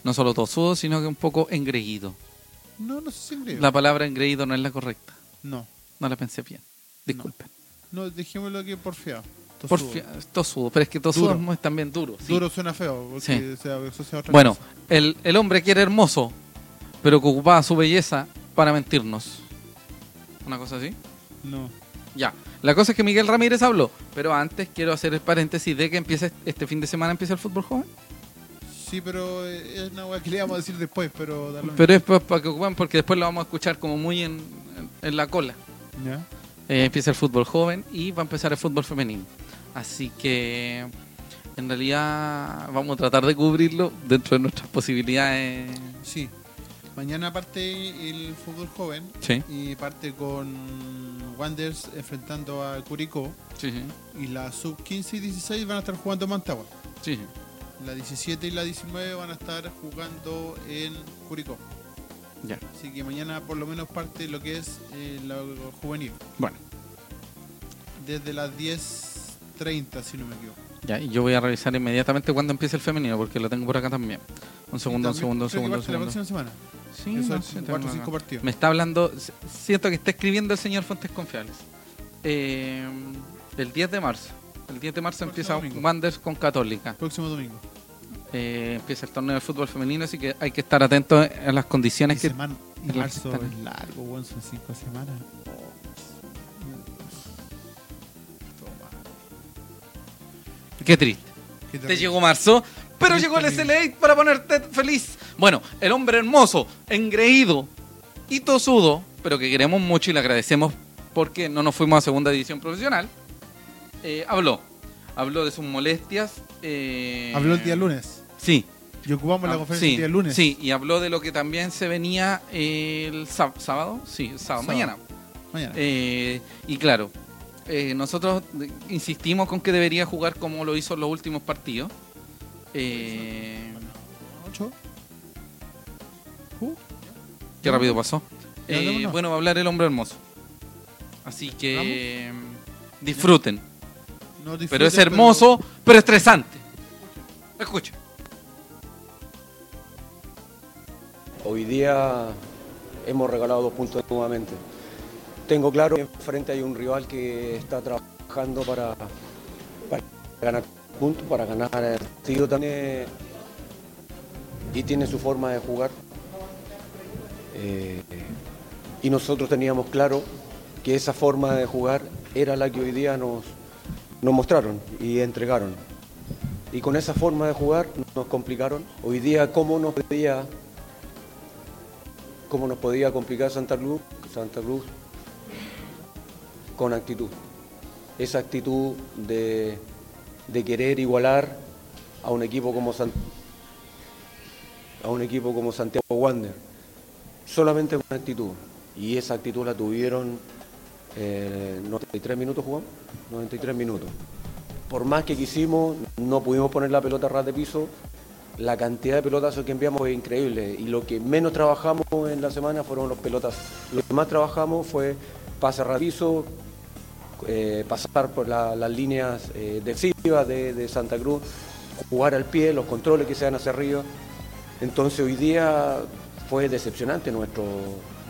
Speaker 1: No solo tosudo, sino que un poco engreído.
Speaker 2: No, no sé si creo.
Speaker 1: La palabra engreído no es la correcta.
Speaker 2: No,
Speaker 1: No la pensé bien. Disculpen.
Speaker 2: no, dejémoslo que porfiado. Tosudo.
Speaker 1: Porfia- Tosudo, pero es que tosudo
Speaker 2: Duro.
Speaker 1: es también duro. sí.
Speaker 2: Duro suena feo. Porque
Speaker 1: Sí.
Speaker 2: se asocia a otra
Speaker 1: Bueno,
Speaker 2: cosa.
Speaker 1: el, el hombre que era hermoso, pero que ocupaba su belleza para mentirnos. ¿Una cosa así?
Speaker 2: No.
Speaker 1: Ya. La cosa es que Miguel Ramírez habló, pero antes quiero hacer el paréntesis de que empieza este fin de semana empieza el fútbol joven.
Speaker 2: Sí, pero eh, es una weá que le íbamos a decir después, pero da lo mismo.
Speaker 1: Pero es para que ocupen porque después lo vamos a escuchar como muy en, en- en la cola.
Speaker 2: Ya.
Speaker 1: Eh, empieza el fútbol joven y va a empezar el fútbol femenino. Así que en realidad vamos a tratar de cubrirlo dentro de nuestras posibilidades.
Speaker 2: Sí. Mañana parte el fútbol joven
Speaker 1: Sí,
Speaker 2: y parte con Wanderers enfrentando a Curicó
Speaker 1: sí, sí.
Speaker 2: y la sub 15 y 16 van a estar jugando en Mantagua.
Speaker 1: sí, sí.
Speaker 2: La 17 y la 19 van a estar jugando en Curicó.
Speaker 1: Ya.
Speaker 2: Así que mañana por lo menos parte lo que es eh, la juvenil.
Speaker 1: Bueno.
Speaker 2: Desde las 10.30 si no me equivoco.
Speaker 1: Ya, y yo voy a revisar inmediatamente cuando empieza el femenino, porque lo tengo por acá también. Un segundo,
Speaker 2: Y también
Speaker 1: un segundo, un
Speaker 2: creo que
Speaker 1: segundo, un
Speaker 2: parte La
Speaker 1: segundo.
Speaker 2: próxima semana.
Speaker 1: Sí,
Speaker 2: Eso
Speaker 1: no
Speaker 2: es
Speaker 1: sé, tengo
Speaker 2: cuatro o
Speaker 1: acá.
Speaker 2: cinco partidos.
Speaker 1: Me está hablando, s- siento que está escribiendo el señor Fuentes Confiables. Eh, el 10 de marzo. El 10 de marzo
Speaker 2: Próximo
Speaker 1: empieza
Speaker 2: domingo.
Speaker 1: Wanderers con Católica.
Speaker 2: Próximo domingo.
Speaker 1: Eh, empieza el torneo de fútbol femenino, así que hay que estar atentos a las condiciones
Speaker 2: Y
Speaker 1: que...
Speaker 2: semana- y
Speaker 1: en la
Speaker 2: marzo
Speaker 1: semana.
Speaker 2: es largo, weón, son cinco semanas.
Speaker 1: Qué triste.
Speaker 2: Qué
Speaker 1: Te
Speaker 2: terrible.
Speaker 1: llegó marzo, pero
Speaker 2: Qué
Speaker 1: llegó el
Speaker 2: terrible.
Speaker 1: SLA para ponerte feliz. Bueno, el hombre hermoso, engreído y tosudo, pero que queremos mucho y le agradecemos porque no nos fuimos a segunda división profesional, eh, habló. Habló de sus molestias. eh,
Speaker 2: Habló el día lunes.
Speaker 1: Sí.
Speaker 2: Y ocupamos la
Speaker 1: Ah,
Speaker 2: conferencia
Speaker 1: sí,
Speaker 2: el día lunes.
Speaker 1: Sí, y habló de lo que también se venía el sá- sábado. Sí, el sábado,
Speaker 2: Sábado.
Speaker 1: mañana.
Speaker 2: Mañana.
Speaker 1: Eh, y claro, eh, nosotros eh, insistimos con que debería jugar como lo hizo en los últimos partidos. Eh,
Speaker 2: Bueno, ocho. Uh,
Speaker 1: qué rápido pasó.
Speaker 2: Ya,
Speaker 1: Eh,
Speaker 2: vámonos.
Speaker 1: bueno, va a hablar el hombre hermoso. Así que mm, disfruten.
Speaker 2: no disfrutes,
Speaker 1: Pero es hermoso, pero estresante. Escucha.
Speaker 3: Hoy día hemos regalado dos puntos nuevamente. Tengo claro que enfrente hay un rival que está trabajando para, para ganar puntos, para ganar el partido también eh, y tiene su forma de jugar. Eh, y nosotros teníamos claro que esa forma de jugar era la que hoy día nos, nos mostraron y entregaron. Y con esa forma de jugar nos complicaron. Hoy día, ¿cómo nos podía, cómo nos podía complicar Santa Cruz? Santa Cruz con actitud. Esa actitud de, de querer igualar a un equipo como San- a un equipo como Santiago Wander. Solamente con actitud. Y esa actitud la tuvieron eh, 93 minutos jugamos, 93 minutos. Por más que quisimos, no pudimos poner la pelota a ras de piso. La cantidad de pelotazos que enviamos es increíble. Y lo que menos trabajamos en la semana fueron los pelotas. Lo que más trabajamos fue pase a ras de piso, eh, pasar por la- las líneas eh, defensivas de, de Santa Cruz, jugar al pie, los controles que se dan hacia arriba. Entonces hoy día fue decepcionante nuestro,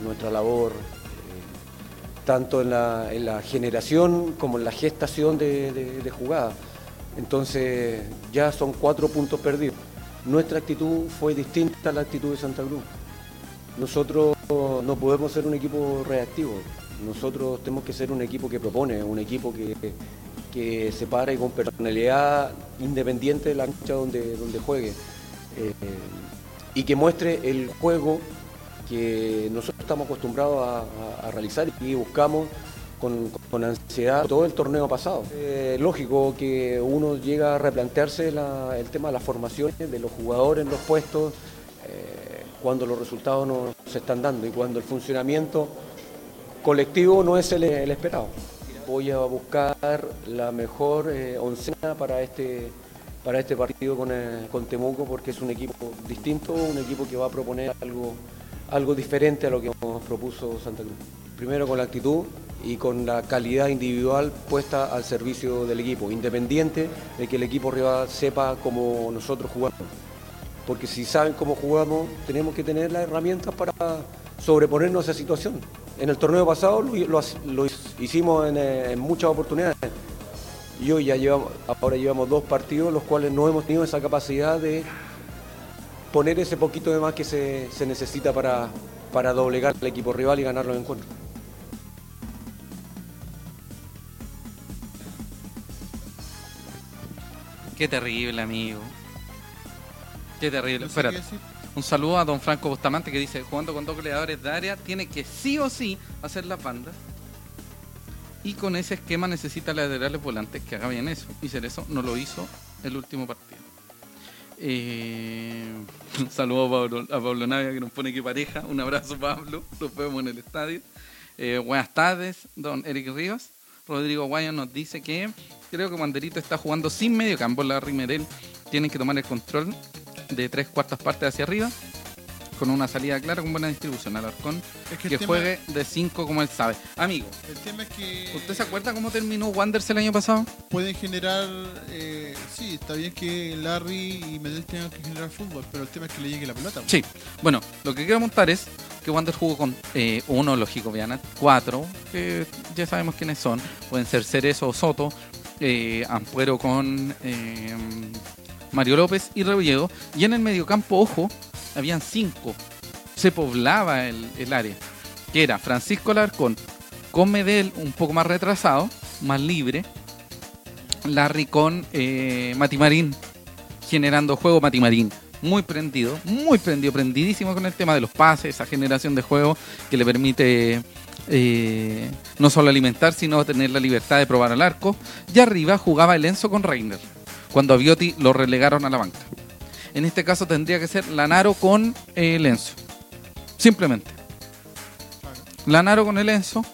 Speaker 3: nuestra labor, eh, tanto en la, en la generación como en la gestación de, de- de jugadas. Entonces ya son cuatro puntos perdidos. Nuestra actitud fue distinta a la actitud de Santa Cruz. Nosotros no podemos ser un equipo reactivo. Nosotros tenemos que ser un equipo que propone, un equipo que, que se para y con personalidad independiente de la cancha donde, donde juegue. Eh, y que muestre el juego que nosotros estamos acostumbrados a, a- a realizar y buscamos con, con ansiedad todo el torneo pasado. Eh, lógico que uno llega a replantearse la- el tema de las formaciones, de los jugadores en los puestos, eh, cuando los resultados no se están dando y cuando el funcionamiento colectivo no es el, el esperado. Voy a buscar la mejor eh, oncena para este, para este partido con, eh, con Temuco porque es un equipo distinto, un equipo que va a proponer algo, algo diferente a lo que nos propuso Santa Cruz. Primero con la actitud y con la calidad individual puesta al servicio del equipo, independiente de que el equipo rival sepa cómo nosotros jugamos porque si saben cómo jugamos, tenemos que tener las herramientas para sobreponernos a esa situación. En el torneo pasado lo, lo hac- lo hicimos en, eh, en muchas oportunidades y hoy ya llevamos, ahora llevamos dos partidos los cuales no hemos tenido esa capacidad de poner ese poquito de más que se, se necesita para, para doblegar al equipo rival y ganar los encuentros.
Speaker 1: Qué terrible, amigo. Qué terrible.
Speaker 2: No eh, sé qué
Speaker 1: Espérate.
Speaker 2: decir.
Speaker 1: Un saludo a don Franco Bustamante que dice, jugando con dos goleadores de área, tiene que sí o sí hacer las bandas. Y con ese esquema necesita laterales volantes que haga bien eso. Y Cerezo no lo hizo el último partido. Eh, un saludo a Pablo, a Pablo Navia que nos pone que pareja. Un abrazo Pablo, nos vemos en el estadio. Eh, buenas tardes, don Eric Rivas. Rodrigo Guayo nos dice que creo que Wanderito está jugando sin medio campo. La Rimerel tienen que tomar el control de tres cuartas partes hacia arriba, con una salida clara, con buena distribución. Alarcón
Speaker 2: Es que,
Speaker 1: que
Speaker 2: el, tema,
Speaker 1: juegue de 5 como él sabe. Amigo,
Speaker 2: el tema es que
Speaker 1: ¿usted se acuerda cómo terminó Wanderers el año pasado?
Speaker 2: pueden generar. eh, sí, está bien que Larry y Medel tengan que generar fútbol, pero el tema es que le llegue la pelota.
Speaker 1: Sí. Bueno, lo que quiero montar es que Wander jugó con eh, uno, lógico, Viana, cuatro, que ya sabemos quiénes son. Pueden ser Cerezo o Soto, eh, Ampuero con eh, Mario López y Rebolledo. Y en el mediocampo, ojo, habían cinco. Se poblaba el, el área, que era Francisco Alarcón, con Medel un poco más retrasado, más libre, Larry con eh, Matimarín generando juego Matimarín. Muy prendido, muy prendido, prendidísimo con el tema de los pases, esa generación de juego que le permite eh, no solo alimentar, sino tener la libertad de probar al arco. Y arriba jugaba el Enzo con Reiner, cuando a Biotti lo relegaron a la banca. En este caso tendría que ser Lanaro con eh, el Enzo. Simplemente.
Speaker 2: Claro.
Speaker 1: Lanaro con el Enzo.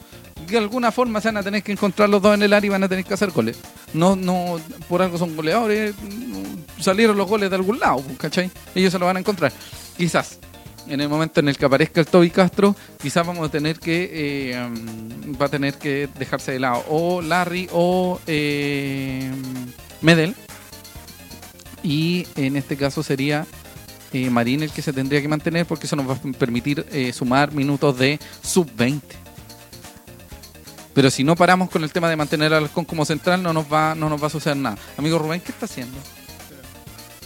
Speaker 1: De alguna forma se van a tener que encontrar los dos en el área y van a tener que hacer goles. No, no, por algo son goleadores. no, Salieron los goles de algún lado, pues, ¿cachai? Ellos se lo van a encontrar. Quizás, en el momento en el que aparezca el Toby Castro, quizás vamos a tener que. eh, mm, va a tener que dejarse de lado o Larry o eh, Medel. Y en este caso sería eh, Marín el que se tendría que mantener porque eso nos va a permitir eh, sumar minutos de sub-20. Pero si no paramos con el tema de mantener al halcón como central, no nos va, no nos va a suceder nada. Amigo Rubén, ¿qué está haciendo?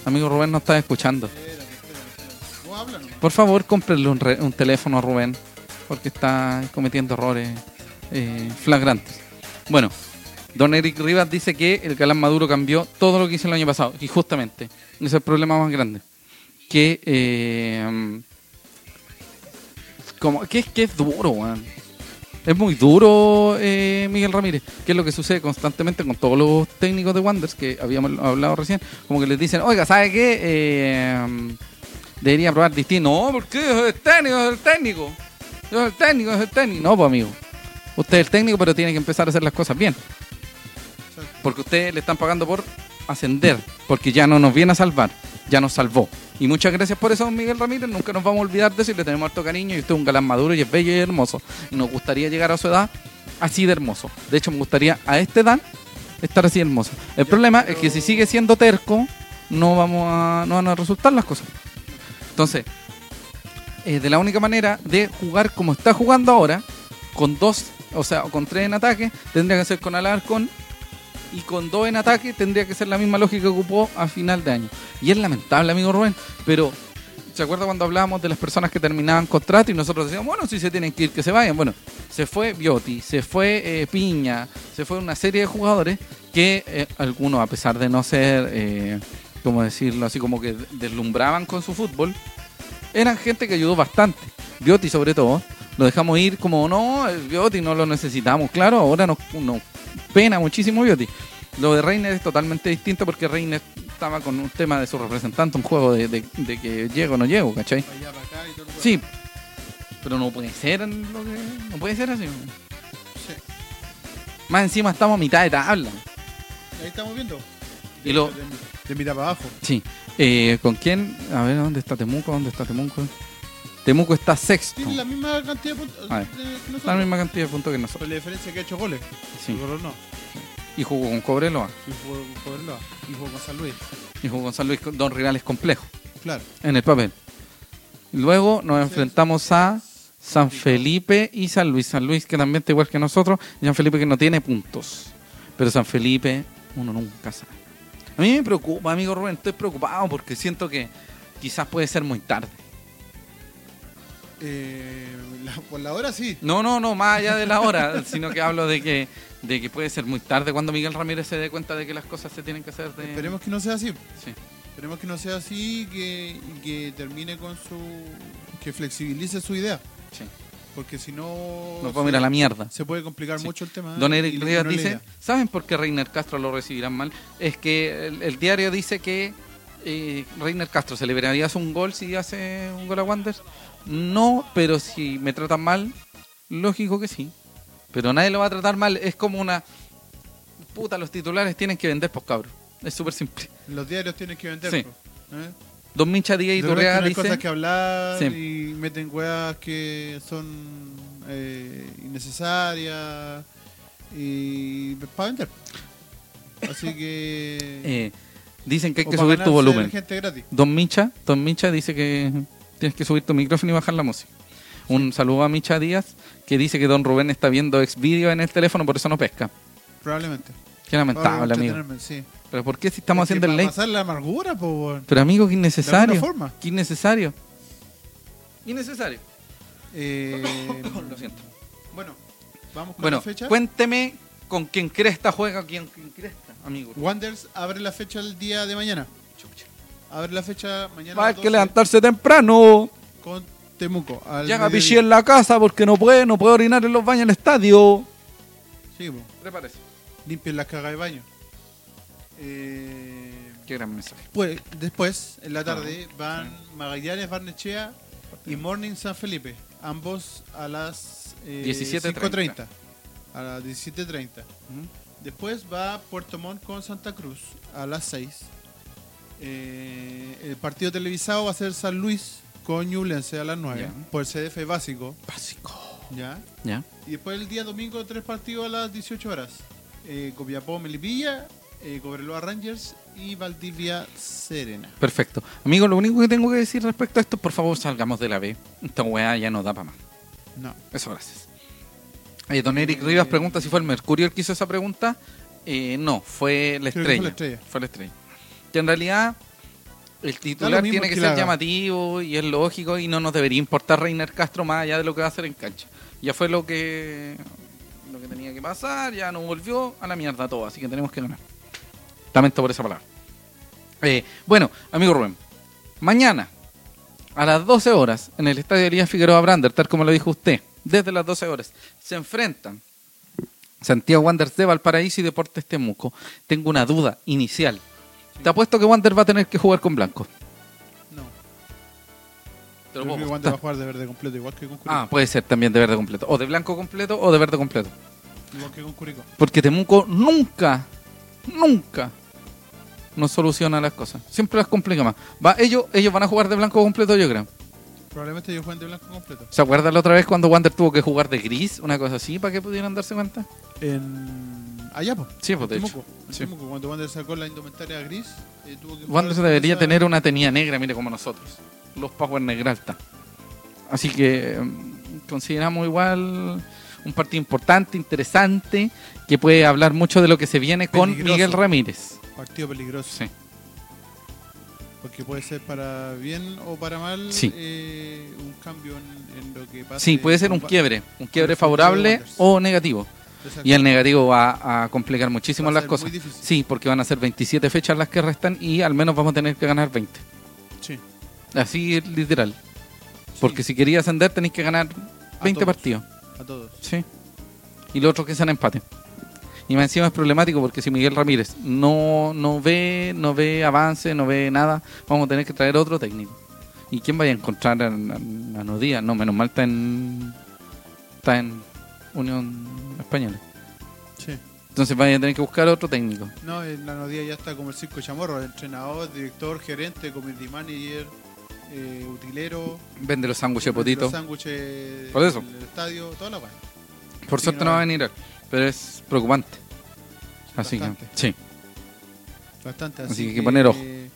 Speaker 1: Amigo Rubén no está escuchando.
Speaker 2: Espérame, espérame, espérame. No hablan.
Speaker 1: Por favor, cómprenle un, re- un teléfono a Rubén, porque está cometiendo errores eh, flagrantes. Bueno, don Eric Rivas dice que el Galán Maduro cambió todo lo que hizo el año pasado. Y justamente, ese es el problema más grande. Que, eh, como, que, es- que es duro, weón. Es muy duro eh, Miguel Ramírez, que es lo que sucede constantemente con todos los técnicos de Wanders que habíamos hablado recién. Como que les dicen, oiga, ¿sabe qué? Eh, debería probar distinto. No, porque es el técnico, es el técnico. Es el técnico, es el técnico. No, pues amigo. Usted es el técnico, pero tiene que empezar a hacer las cosas bien.
Speaker 2: Exacto.
Speaker 1: Porque ustedes le están pagando por ascender. Porque ya no nos viene a salvar. Ya nos salvó. Y muchas gracias por eso, don Miguel Ramírez. Nunca nos vamos a olvidar de eso y le tenemos harto cariño. Y usted es un galán maduro y es bello y hermoso. Y nos gustaría llegar a su edad así de hermoso. De hecho, me gustaría a esta edad estar así de hermoso. El
Speaker 2: Ya,
Speaker 1: problema
Speaker 2: pero-
Speaker 1: es que si sigue siendo terco, no, vamos a, no van a resultar las cosas. Entonces, eh, de la única manera de jugar como está jugando ahora, con dos, o sea, o con tres en ataque, tendría que ser con Alarcón. Y con dos en ataque tendría que ser la misma lógica que ocupó a final de año. Y es lamentable, amigo Rubén, pero ¿se acuerda cuando hablábamos de las personas que terminaban contrato y nosotros decíamos, bueno, si se tienen que ir, que se vayan? Bueno, se fue Bioti, se fue eh, Piña, se fue una serie de jugadores que eh, algunos, a pesar de no ser, eh, ¿cómo decirlo? Así como que deslumbraban con su fútbol, eran gente que ayudó bastante. Bioti sobre todo, lo dejamos ir como, no, el Bioti no lo necesitamos, claro, ahora nos, nos pena muchísimo Bioti. Lo de Reiner es totalmente distinto porque Reiner estaba con un tema de su representante, un juego de, de- de que llego o no llego, ¿cachai?
Speaker 2: Para allá, para acá y todo el weón.
Speaker 1: Sí, pero no puede ser lo que- No puede ser así.
Speaker 2: Sí.
Speaker 1: Más encima estamos a mitad de tabla.
Speaker 2: Ahí estamos viendo.
Speaker 1: Y lo-
Speaker 2: De, de mitad para abajo.
Speaker 1: Sí. Eh, ¿Con quién? A ver, ¿dónde está Temuco? ¿Dónde está Temuco? Temuco está sexto.
Speaker 2: Tiene la misma cantidad de puntos
Speaker 1: A ver.
Speaker 2: eh, que nosotros.
Speaker 1: Está la misma cantidad de puntos que nosotros.
Speaker 2: Pero la diferencia es que ha hecho goles.
Speaker 1: Sí.
Speaker 2: Nosotros no.
Speaker 1: Y jugó con Cobreloa.
Speaker 2: Y jugó con Cobreloa. Y jugó con San Luis.
Speaker 1: Y jugó con San Luis. Don Rival es complejo.
Speaker 2: Claro.
Speaker 1: En el papel. Luego nos enfrentamos a San Felipe y San Luis. San Luis que también está igual que nosotros. Y San Felipe que no tiene puntos. Pero San Felipe, uno nunca sabe. A mí me preocupa, amigo Rubén. Estoy preocupado porque siento que quizás puede ser muy tarde.
Speaker 2: Eh, la- por la hora sí.
Speaker 1: No, no, no, más allá de la hora, sino que hablo de que, de que puede ser muy tarde cuando Miguel Ramírez se dé cuenta de que las cosas se tienen que hacer de...
Speaker 2: Esperemos que no sea así.
Speaker 1: Sí.
Speaker 2: Esperemos que no sea así y que, y que termine con su. que flexibilice su idea.
Speaker 1: Sí.
Speaker 2: Porque si no.
Speaker 1: Nos vamos a ir a la mierda.
Speaker 2: Se puede complicar
Speaker 1: Sí.
Speaker 2: mucho el tema. eh,
Speaker 1: Don
Speaker 2: y
Speaker 1: Eric
Speaker 2: no-
Speaker 1: Rivas
Speaker 2: no es la
Speaker 1: dice,
Speaker 2: idea.
Speaker 1: ¿saben por qué Reiner Castro lo recibirán mal? Es que el, el diario dice que eh, Reiner Castro celebraría un gol si hace un gol a Wander. No, pero si me tratan mal, lógico que sí. Pero nadie lo va a tratar mal. Es como una... Puta, los titulares tienen que vender, pues cabros. Es súper simple.
Speaker 2: Los diarios tienen que vender.
Speaker 1: Sí.
Speaker 2: po, ¿eh?
Speaker 1: Don Mincha Díaz
Speaker 2: De
Speaker 1: y
Speaker 2: repente no
Speaker 1: Turrea
Speaker 2: hay
Speaker 1: dice...
Speaker 2: cosas que hablar
Speaker 1: Sí.
Speaker 2: y meten weas que son eh, innecesarias y para vender. Así que
Speaker 1: eh, dicen que hay
Speaker 2: o
Speaker 1: que
Speaker 2: pa'
Speaker 1: subir tu
Speaker 2: ganarse
Speaker 1: volumen.
Speaker 2: Gente gratis.
Speaker 1: Don Micha, Don Micha dice que tienes que subir tu micrófono y bajar la música. Un saludo a Micha Díaz, que dice que Don Rubén está viendo exvideo en el teléfono, por eso no pesca.
Speaker 2: Probablemente.
Speaker 1: Qué lamentable,
Speaker 2: Probablemente
Speaker 1: amigo.
Speaker 2: tenerme, sí.
Speaker 1: Pero ¿por qué si estamos
Speaker 2: Es que
Speaker 1: haciendo el
Speaker 2: pa'
Speaker 1: late?
Speaker 2: pasar la amargura, po, weón.
Speaker 1: Pero amigo, qué
Speaker 2: De alguna
Speaker 1: innecesario.
Speaker 2: forma.
Speaker 1: Qué innecesario. Innecesario. Oh,
Speaker 2: Eh,
Speaker 1: Lo siento.
Speaker 2: Bueno, vamos con
Speaker 1: Bueno,
Speaker 2: la fecha.
Speaker 1: cuénteme con quién cresta juega, quién, quién cresta, amigo.
Speaker 2: Wonders abre la fecha el día de mañana.
Speaker 1: Chucha.
Speaker 2: Abre la fecha mañana.
Speaker 1: Va a
Speaker 2: a
Speaker 1: haber
Speaker 2: las
Speaker 1: que
Speaker 2: 12
Speaker 1: levantarse temprano.
Speaker 2: Con Temuco. al
Speaker 1: Llega
Speaker 2: mediodía.
Speaker 1: Pichi en la casa porque no puede, no puede orinar en los baños del estadio.
Speaker 2: Sí, po.
Speaker 1: Prepárese.
Speaker 2: limpien las cagas de baño. Eh,
Speaker 1: Qué gran mensaje.
Speaker 2: pues, después, en la
Speaker 1: Ah,
Speaker 2: tarde, van Magallanes, Barnechea y Morning San Felipe. Ambos a las eh,
Speaker 1: 17:30.
Speaker 2: 5:30, A las 17.30.
Speaker 1: Ujú.
Speaker 2: Después va Puerto Montt con Santa Cruz a las 6. Eh, el partido televisado va a ser San Luis con Ñublense a las 9.
Speaker 1: Ya.
Speaker 2: Por CDF básico.
Speaker 1: Básico.
Speaker 2: ¿ya?
Speaker 1: Ya.
Speaker 2: Y después el día domingo, tres partidos a las 18 horas. Eh, Copiapó Melipilla, eh, Cobreloa Rangers y Valdivia Serena.
Speaker 1: Perfecto. Amigo, lo único que tengo que decir respecto a esto, por favor, salgamos de la B. Esta weá ya no da para más.
Speaker 2: No.
Speaker 1: Eso, gracias. Eh, don Eric Rivas pregunta si fue el Mercurio el que hizo esa pregunta. Eh, no, fue la,
Speaker 2: Creo que fue
Speaker 1: estrella.
Speaker 2: la estrella.
Speaker 1: Fue la estrella. Que en realidad el
Speaker 2: Da
Speaker 1: titular
Speaker 2: lo mismo
Speaker 1: tiene que
Speaker 2: que
Speaker 1: ser
Speaker 2: la haga.
Speaker 1: llamativo y es lógico y no nos debería importar Reiner Castro más allá de lo que va a hacer en cancha. Ya fue lo que lo que tenía que pasar, ya no volvió a la mierda todo, así que tenemos que ganar. Lamento por esa palabra. Eh, bueno, amigo Rubén, mañana a las 12 horas en el estadio Elías Figueroa Brander, tal como lo dijo usted, desde las 12 horas, se enfrentan Santiago Wanderers de Valparaíso y Deportes Temuco. Tengo una duda inicial. Te apuesto que Wander va a tener que jugar con blanco.
Speaker 2: No.
Speaker 1: Te lo
Speaker 2: Yo
Speaker 1: puedo
Speaker 2: creo que Wander
Speaker 1: apostar.
Speaker 2: va a jugar de verde completo, igual que con Curicó.
Speaker 1: Ah, puede ser también de verde completo. O de blanco completo o de verde completo.
Speaker 2: Igual que con Curicó.
Speaker 1: Porque Temuco nunca, nunca nos soluciona las cosas. Siempre las complica más. Va, ellos, ellos van a jugar de blanco completo, yo creo.
Speaker 2: Probablemente ellos jueguen de blanco completo.
Speaker 1: ¿Se acuerdan la otra vez cuando Wander tuvo que jugar de gris? Una cosa así, para que pudieran darse cuenta.
Speaker 2: En. Allá, pues.
Speaker 1: Sí, pues de hecho.
Speaker 2: Temuco. En
Speaker 1: Sí.
Speaker 2: Temuco, cuando Wander sacó la indumentaria gris, eh, tuvo que.
Speaker 1: Wander
Speaker 2: jugar
Speaker 1: debería
Speaker 2: con esa-
Speaker 1: tener una tenía negra, mire como nosotros. Los Power Negralta. Así que mm, consideramos igual un partido importante, interesante, que puede hablar mucho de lo que se viene con
Speaker 2: Peligroso.
Speaker 1: Miguel Ramírez.
Speaker 2: Partido peligroso.
Speaker 1: Sí.
Speaker 2: Porque puede ser para bien o para mal
Speaker 1: Sí.
Speaker 2: eh, un cambio en, en lo que pasa.
Speaker 1: Sí, puede ser un quiebre, un quiebre
Speaker 2: el futuro de
Speaker 1: favorable
Speaker 2: Wanderers.
Speaker 1: o negativo. Y el negativo va a complicar muchísimo
Speaker 2: Va a
Speaker 1: las
Speaker 2: ser
Speaker 1: cosas.
Speaker 2: muy difícil.
Speaker 1: Sí, porque van a ser 27 fechas las que restan y al menos vamos a tener que ganar 20.
Speaker 2: Sí.
Speaker 1: Así literal. Porque si quería ascender tenéis que ganar 20
Speaker 2: todos.
Speaker 1: partidos.
Speaker 2: A todos.
Speaker 1: Sí. Y lo otro que sean empate. Y más encima es problemático porque si Miguel Ramírez no, no ve, no ve avance, no ve nada, vamos a tener que traer otro técnico. ¿Y quién vaya a encontrar a, a, a Nodía? No, menos mal está en, está en Unión Española.
Speaker 2: Sí.
Speaker 1: Entonces vaya a tener que buscar otro técnico.
Speaker 2: No, en la Nodía ya está como el circo chamorro: entrenador, director, gerente, community manager, eh, utilero.
Speaker 1: Vende los sándwiches potito.
Speaker 2: Los sándwiches.
Speaker 1: Por eso.
Speaker 2: El estadio, toda la weá.
Speaker 1: Por
Speaker 2: Sí,
Speaker 1: suerte no
Speaker 2: no.
Speaker 1: va a venir él, pero es preocupante. Así que,
Speaker 2: Bastante.
Speaker 1: sí.
Speaker 2: Bastante.
Speaker 1: Así que hay que poner ojo.
Speaker 2: eh,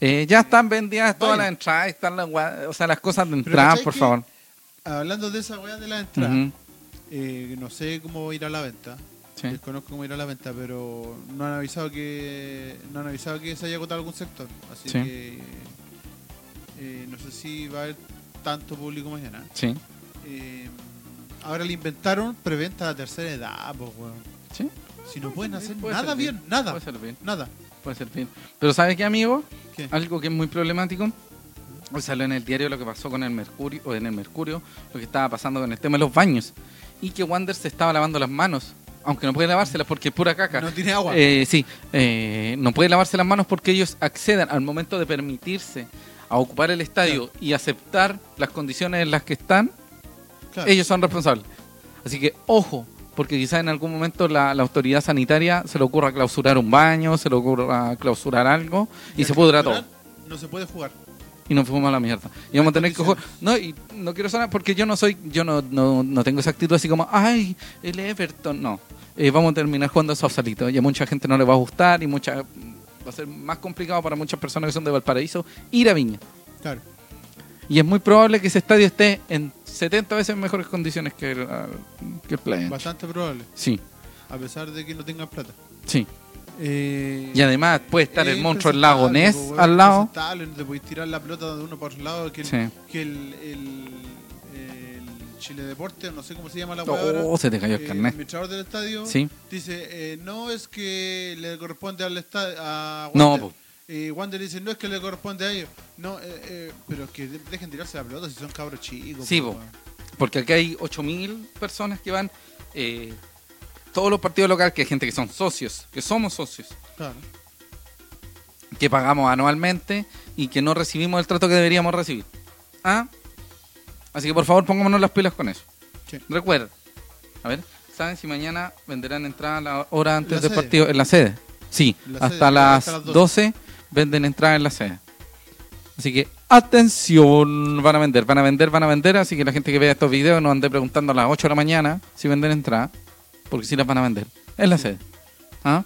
Speaker 1: Eh, ya están vendidas todas
Speaker 2: Vaya.
Speaker 1: las entradas, están las, gua- o sea, las cosas de
Speaker 2: Pero
Speaker 1: entrada,
Speaker 2: ¿cachai
Speaker 1: por
Speaker 2: que
Speaker 1: favor.
Speaker 2: hablando de esa weá de la entrada,
Speaker 1: Ujú,
Speaker 2: eh, no sé cómo irá a la venta.
Speaker 1: sí.
Speaker 2: Desconozco cómo irá a la venta, pero no han avisado que no han avisado que se haya agotado algún sector. Así
Speaker 1: Sí.
Speaker 2: que eh, no sé si va a haber tanto público mañana.
Speaker 1: Sí,
Speaker 2: Eh, ahora le inventaron preventa a tercera edad, pues, weón.
Speaker 1: sí.
Speaker 2: Si no pueden hacer
Speaker 1: Puede
Speaker 2: nada
Speaker 1: servir,
Speaker 2: bien, nada,
Speaker 1: Puede ser bien,
Speaker 2: nada.
Speaker 1: puede ser bien. Pero ¿sabes qué, amigo?
Speaker 2: ¿Qué?
Speaker 1: Algo que es muy problemático. Hoy salió en el diario lo que pasó con el Mercurio, o en el Mercurio, lo que estaba pasando con el tema de los baños. Y que Wander se estaba lavando las manos, aunque no puede lavárselas porque es pura caca.
Speaker 2: No tiene agua.
Speaker 1: Eh, sí, eh, no puede lavarse las manos porque ellos accedan al momento de permitirse a ocupar el estadio y aceptar las condiciones en las que están,
Speaker 2: Claro.
Speaker 1: ellos son responsables. Así que ojo, porque quizás en algún momento la, la autoridad sanitaria se le ocurra clausurar un baño, se le ocurra clausurar algo y,
Speaker 2: al
Speaker 1: se pudra todo.
Speaker 2: capturar, No se puede jugar.
Speaker 1: Y nos fuimos a la mierda. Y vamos a tener que jugar.
Speaker 2: condiciones.
Speaker 1: No, y no quiero sonar porque yo no soy, yo no, no, no tengo esa actitud así como, ay, el Everton. No. Eh, vamos a terminar jugando a Sausalito. Y a mucha gente no le va a gustar y mucha va a ser más complicado para muchas personas que son de Valparaíso ir a Viña.
Speaker 2: Claro.
Speaker 1: Y es muy probable que ese estadio esté en 70 veces mejores condiciones que el, ah, que el Playa Ancha.
Speaker 2: Bastante probable,
Speaker 1: Sí,
Speaker 2: a pesar de que no tengan plata.
Speaker 1: sí.
Speaker 2: Eh,
Speaker 1: Y además puede estar
Speaker 2: es pues,
Speaker 1: el monstruo del lago
Speaker 2: impresentable,
Speaker 1: Ness
Speaker 2: po, weón,
Speaker 1: al lado.
Speaker 2: impresentable, No te podéis tirar la pelota de uno por lado. Que el,
Speaker 1: Sí.
Speaker 2: que el, el- el Chile Deporte, no sé cómo se llama la weá ahora,
Speaker 1: Oh, se te cayó
Speaker 2: eh,
Speaker 1: el
Speaker 2: el
Speaker 1: carnet.
Speaker 2: administrador del estadio
Speaker 1: Sí.
Speaker 2: dice: eh, No es que le corresponde al estadio. A
Speaker 1: No,
Speaker 2: Wander.
Speaker 1: po.
Speaker 2: Eh, Wander dice: No es que le corresponde a ellos. No, eh, eh, pero es que de- dejen tirarse la pelota si son cabros chicos.
Speaker 1: Sí,
Speaker 2: po,
Speaker 1: po.
Speaker 2: weón.
Speaker 1: Porque aquí hay 8.000 personas que van, eh, todos los partidos locales, que hay gente que son socios, que somos socios,
Speaker 2: Claro.
Speaker 1: que pagamos anualmente y que no recibimos el trato que deberíamos recibir. ¿Ah? Así que por favor pongámonos las pilas con eso.
Speaker 2: Sí.
Speaker 1: Recuerda, a ver, ¿saben si mañana venderán entradas la hora antes
Speaker 2: La
Speaker 1: del
Speaker 2: sede.
Speaker 1: partido en la sede? Sí,
Speaker 2: La
Speaker 1: hasta,
Speaker 2: sede, creo que
Speaker 1: las
Speaker 2: hasta las
Speaker 1: 12 venden entradas en la sede. Así que atención, van a vender, van a vender, van a vender. Así que la gente que vea estos videos no ande preguntando a las 8 de la mañana si venden entradas, porque sí las van a vender en la sede. ¿Ah?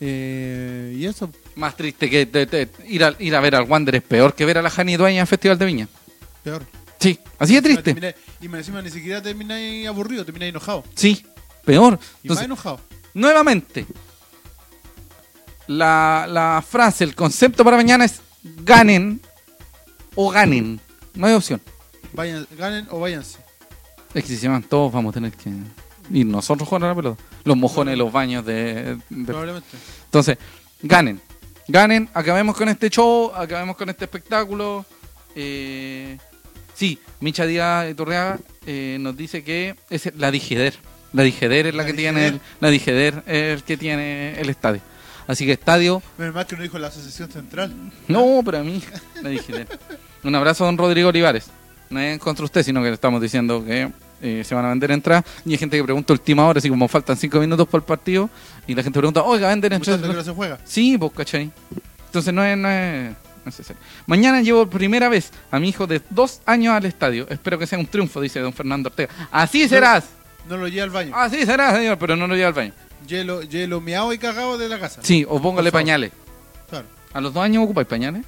Speaker 2: Eh, y eso,
Speaker 1: Más triste que te- te- ir, a, ir a ver al Wander es peor que ver a la Jani Dueña en Festival de Viña.
Speaker 2: peor.
Speaker 1: Sí, así de triste.
Speaker 2: Termináis- Y me encima ni siquiera termináis aburrido, termináis enojado.
Speaker 1: Sí, peor.
Speaker 2: Y
Speaker 1: Entonces,
Speaker 2: más enojado.
Speaker 1: Nuevamente, la, la frase, el concepto para mañana es ganen o ganen. No hay opción.
Speaker 2: Vayan, ganen o váyanse.
Speaker 1: Es que si se van todos vamos a tener que... y nosotros jugamos a la pelota. Los mojones de los baños de, de-
Speaker 2: Probablemente.
Speaker 1: Entonces, ganen. Ganen, acabemos con este show, acabemos con este espectáculo. Eh, sí, Micha Díaz Iturriaga eh, nos dice que es la Digeder. La Digeder es la,
Speaker 2: La
Speaker 1: que tiene
Speaker 2: Digeder.
Speaker 1: el, la Digeder es el que tiene el estadio. Así que estadio,
Speaker 2: Menos mal que no dijo la Asociación Central.
Speaker 1: no, para mí, la Digeder. Un abrazo a don Rodrigo Olivares. No es contra usted, sino que le estamos diciendo que eh, se van a vender entradas. Y hay gente que pregunta última hora, así como faltan cinco minutos por el partido. Y la gente pregunta, oiga, venden
Speaker 2: Muchas
Speaker 1: entradas.
Speaker 2: que no se juega.
Speaker 1: Sí, pues, ¿cachai? Entonces no es, no es necesario. Mañana llevo por primera vez a mi hijo de dos años al estadio. Espero que sea un triunfo, dice don Fernando Ortega. Así serás,
Speaker 2: No lo lleva al baño.
Speaker 1: así serás, señor, pero no lo lleva al baño.
Speaker 2: Hielo, hielo meado y cagado de la casa.
Speaker 1: Sí, o póngale
Speaker 2: Por favor.
Speaker 1: pañales.
Speaker 2: Claro,
Speaker 1: ¿A los dos años ocupáis pañales?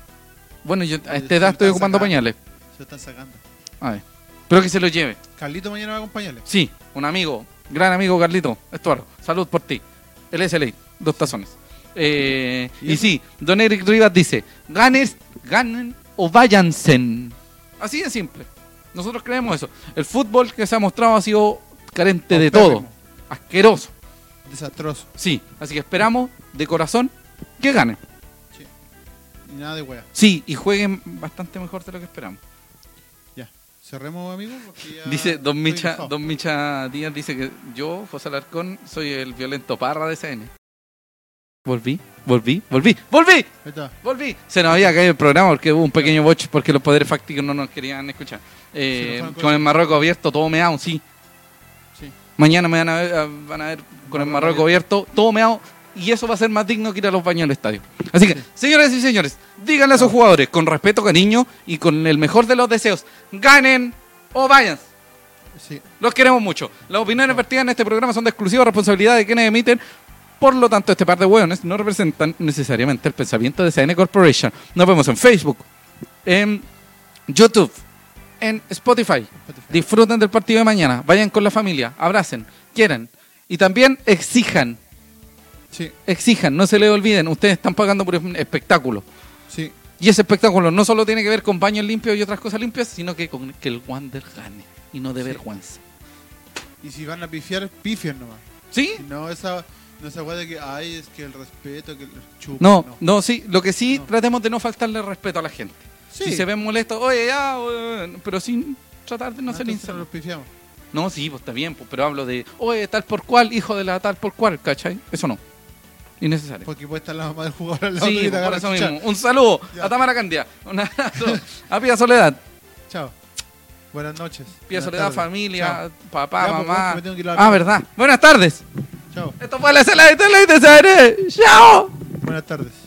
Speaker 1: Bueno, yo a
Speaker 2: Oye,
Speaker 1: esta
Speaker 2: sí,
Speaker 1: edad estoy
Speaker 2: están
Speaker 1: ocupando
Speaker 2: sacando.
Speaker 1: pañales.
Speaker 2: se lo están sacando.
Speaker 1: A ver. Pero que se lo lleve.
Speaker 2: Carlito mañana va a acompañarle.
Speaker 1: Sí, un amigo, gran amigo Carlito Estuardo, salud por ti. El SLA, dos tazones. Eh,
Speaker 2: ¿Y
Speaker 1: y
Speaker 2: eso?
Speaker 1: sí, Don Eric Rivas dice, ganes, ganen o váyanse. Así de simple. Nosotros creemos eso. El fútbol que se ha mostrado ha sido carente de todo.
Speaker 2: Paupérrimo.
Speaker 1: Asqueroso.
Speaker 2: Desastroso.
Speaker 1: Sí, así que esperamos de corazón que ganen.
Speaker 2: Y nada de wea.
Speaker 1: Sí, y jueguen bastante mejor de lo que esperamos.
Speaker 2: Ya. Cerremos, amigo. porque ya
Speaker 1: Dice Don
Speaker 2: estoy
Speaker 1: Micha,
Speaker 2: enojado.
Speaker 1: Don Micha Díaz dice que yo, José Alarcón, soy el violento parra de CN. Volví, volví, volví, volví,
Speaker 2: Ahí está.
Speaker 1: volví. Se nos había caído el programa porque hubo un pequeño botch porque los poderes fácticos no nos querían escuchar. Eh,
Speaker 2: Se nos fueron
Speaker 1: con el Marruecos abierto, todo meado, sí.
Speaker 2: Sí.
Speaker 1: Mañana me van a ver, a- van a ver con el Marruecos abierto, todo meado. Y eso va a ser más digno que ir a los baños del estadio. Así que, señores y señores, díganle a sus jugadores con respeto, cariño y con el mejor de los deseos, ganen o vayan.
Speaker 2: Sí.
Speaker 1: Los queremos mucho. Las opiniones vertidas en este programa son de exclusiva responsabilidad de quienes emiten. Por lo tanto, este par de hueones no representan necesariamente el pensamiento de CN Corporation. Nos vemos en Facebook, en YouTube, en Spotify.
Speaker 2: Spotify.
Speaker 1: Disfruten del partido de mañana. Vayan con la familia. Abracen. Quieran. Y también exijan.
Speaker 2: Sí.
Speaker 1: Exijan. No se les olviden. Ustedes están pagando por un espectáculo.
Speaker 2: Sí.
Speaker 1: Y ese espectáculo no solo tiene que ver con baños limpios y otras cosas limpias, sino que con que el Wander gane. Y no de vergüenza.
Speaker 2: Y si van a pifiar, pifien nomás.
Speaker 1: ¿Sí?
Speaker 2: Y No esa, no esa wea de que, ay, es que el respeto, que el chupa.
Speaker 1: No, no, sí, lo que sí,
Speaker 2: No.
Speaker 1: tratemos de no faltarle respeto a la gente.
Speaker 2: Sí.
Speaker 1: Si se ven molestos, oye, ya, eh, pero sin tratar de no, ser
Speaker 2: entonces no
Speaker 1: insano.
Speaker 2: los pifiamos.
Speaker 1: No, sí, pues está bien, pues, pero hablo de, oye, tal por cual, hijo de la tal por cual, ¿cachai? Eso no. Innecesario.
Speaker 2: Porque puede estar la mamá del jugador al lado tuyo
Speaker 1: sí,
Speaker 2: y te
Speaker 1: pues, por
Speaker 2: agarra
Speaker 1: eso
Speaker 2: a chuchar.
Speaker 1: mismo. Un saludo
Speaker 2: Ya.
Speaker 1: a Tamara Candia. Un abrazo a Pía Soledad.
Speaker 2: Chao. Buenas noches.
Speaker 1: Pía
Speaker 2: Buenas
Speaker 1: Soledad,
Speaker 2: tardes.
Speaker 1: familia,
Speaker 2: Chao.
Speaker 1: papá,
Speaker 2: Ya, pues,
Speaker 1: mamá.
Speaker 2: bueno, me tengo que ir a la-
Speaker 1: ah, verdad. Buenas tardes.
Speaker 2: Chao.
Speaker 1: Esto fue la SLA de Tele y de CN. ¡Chao!
Speaker 2: Buenas tardes.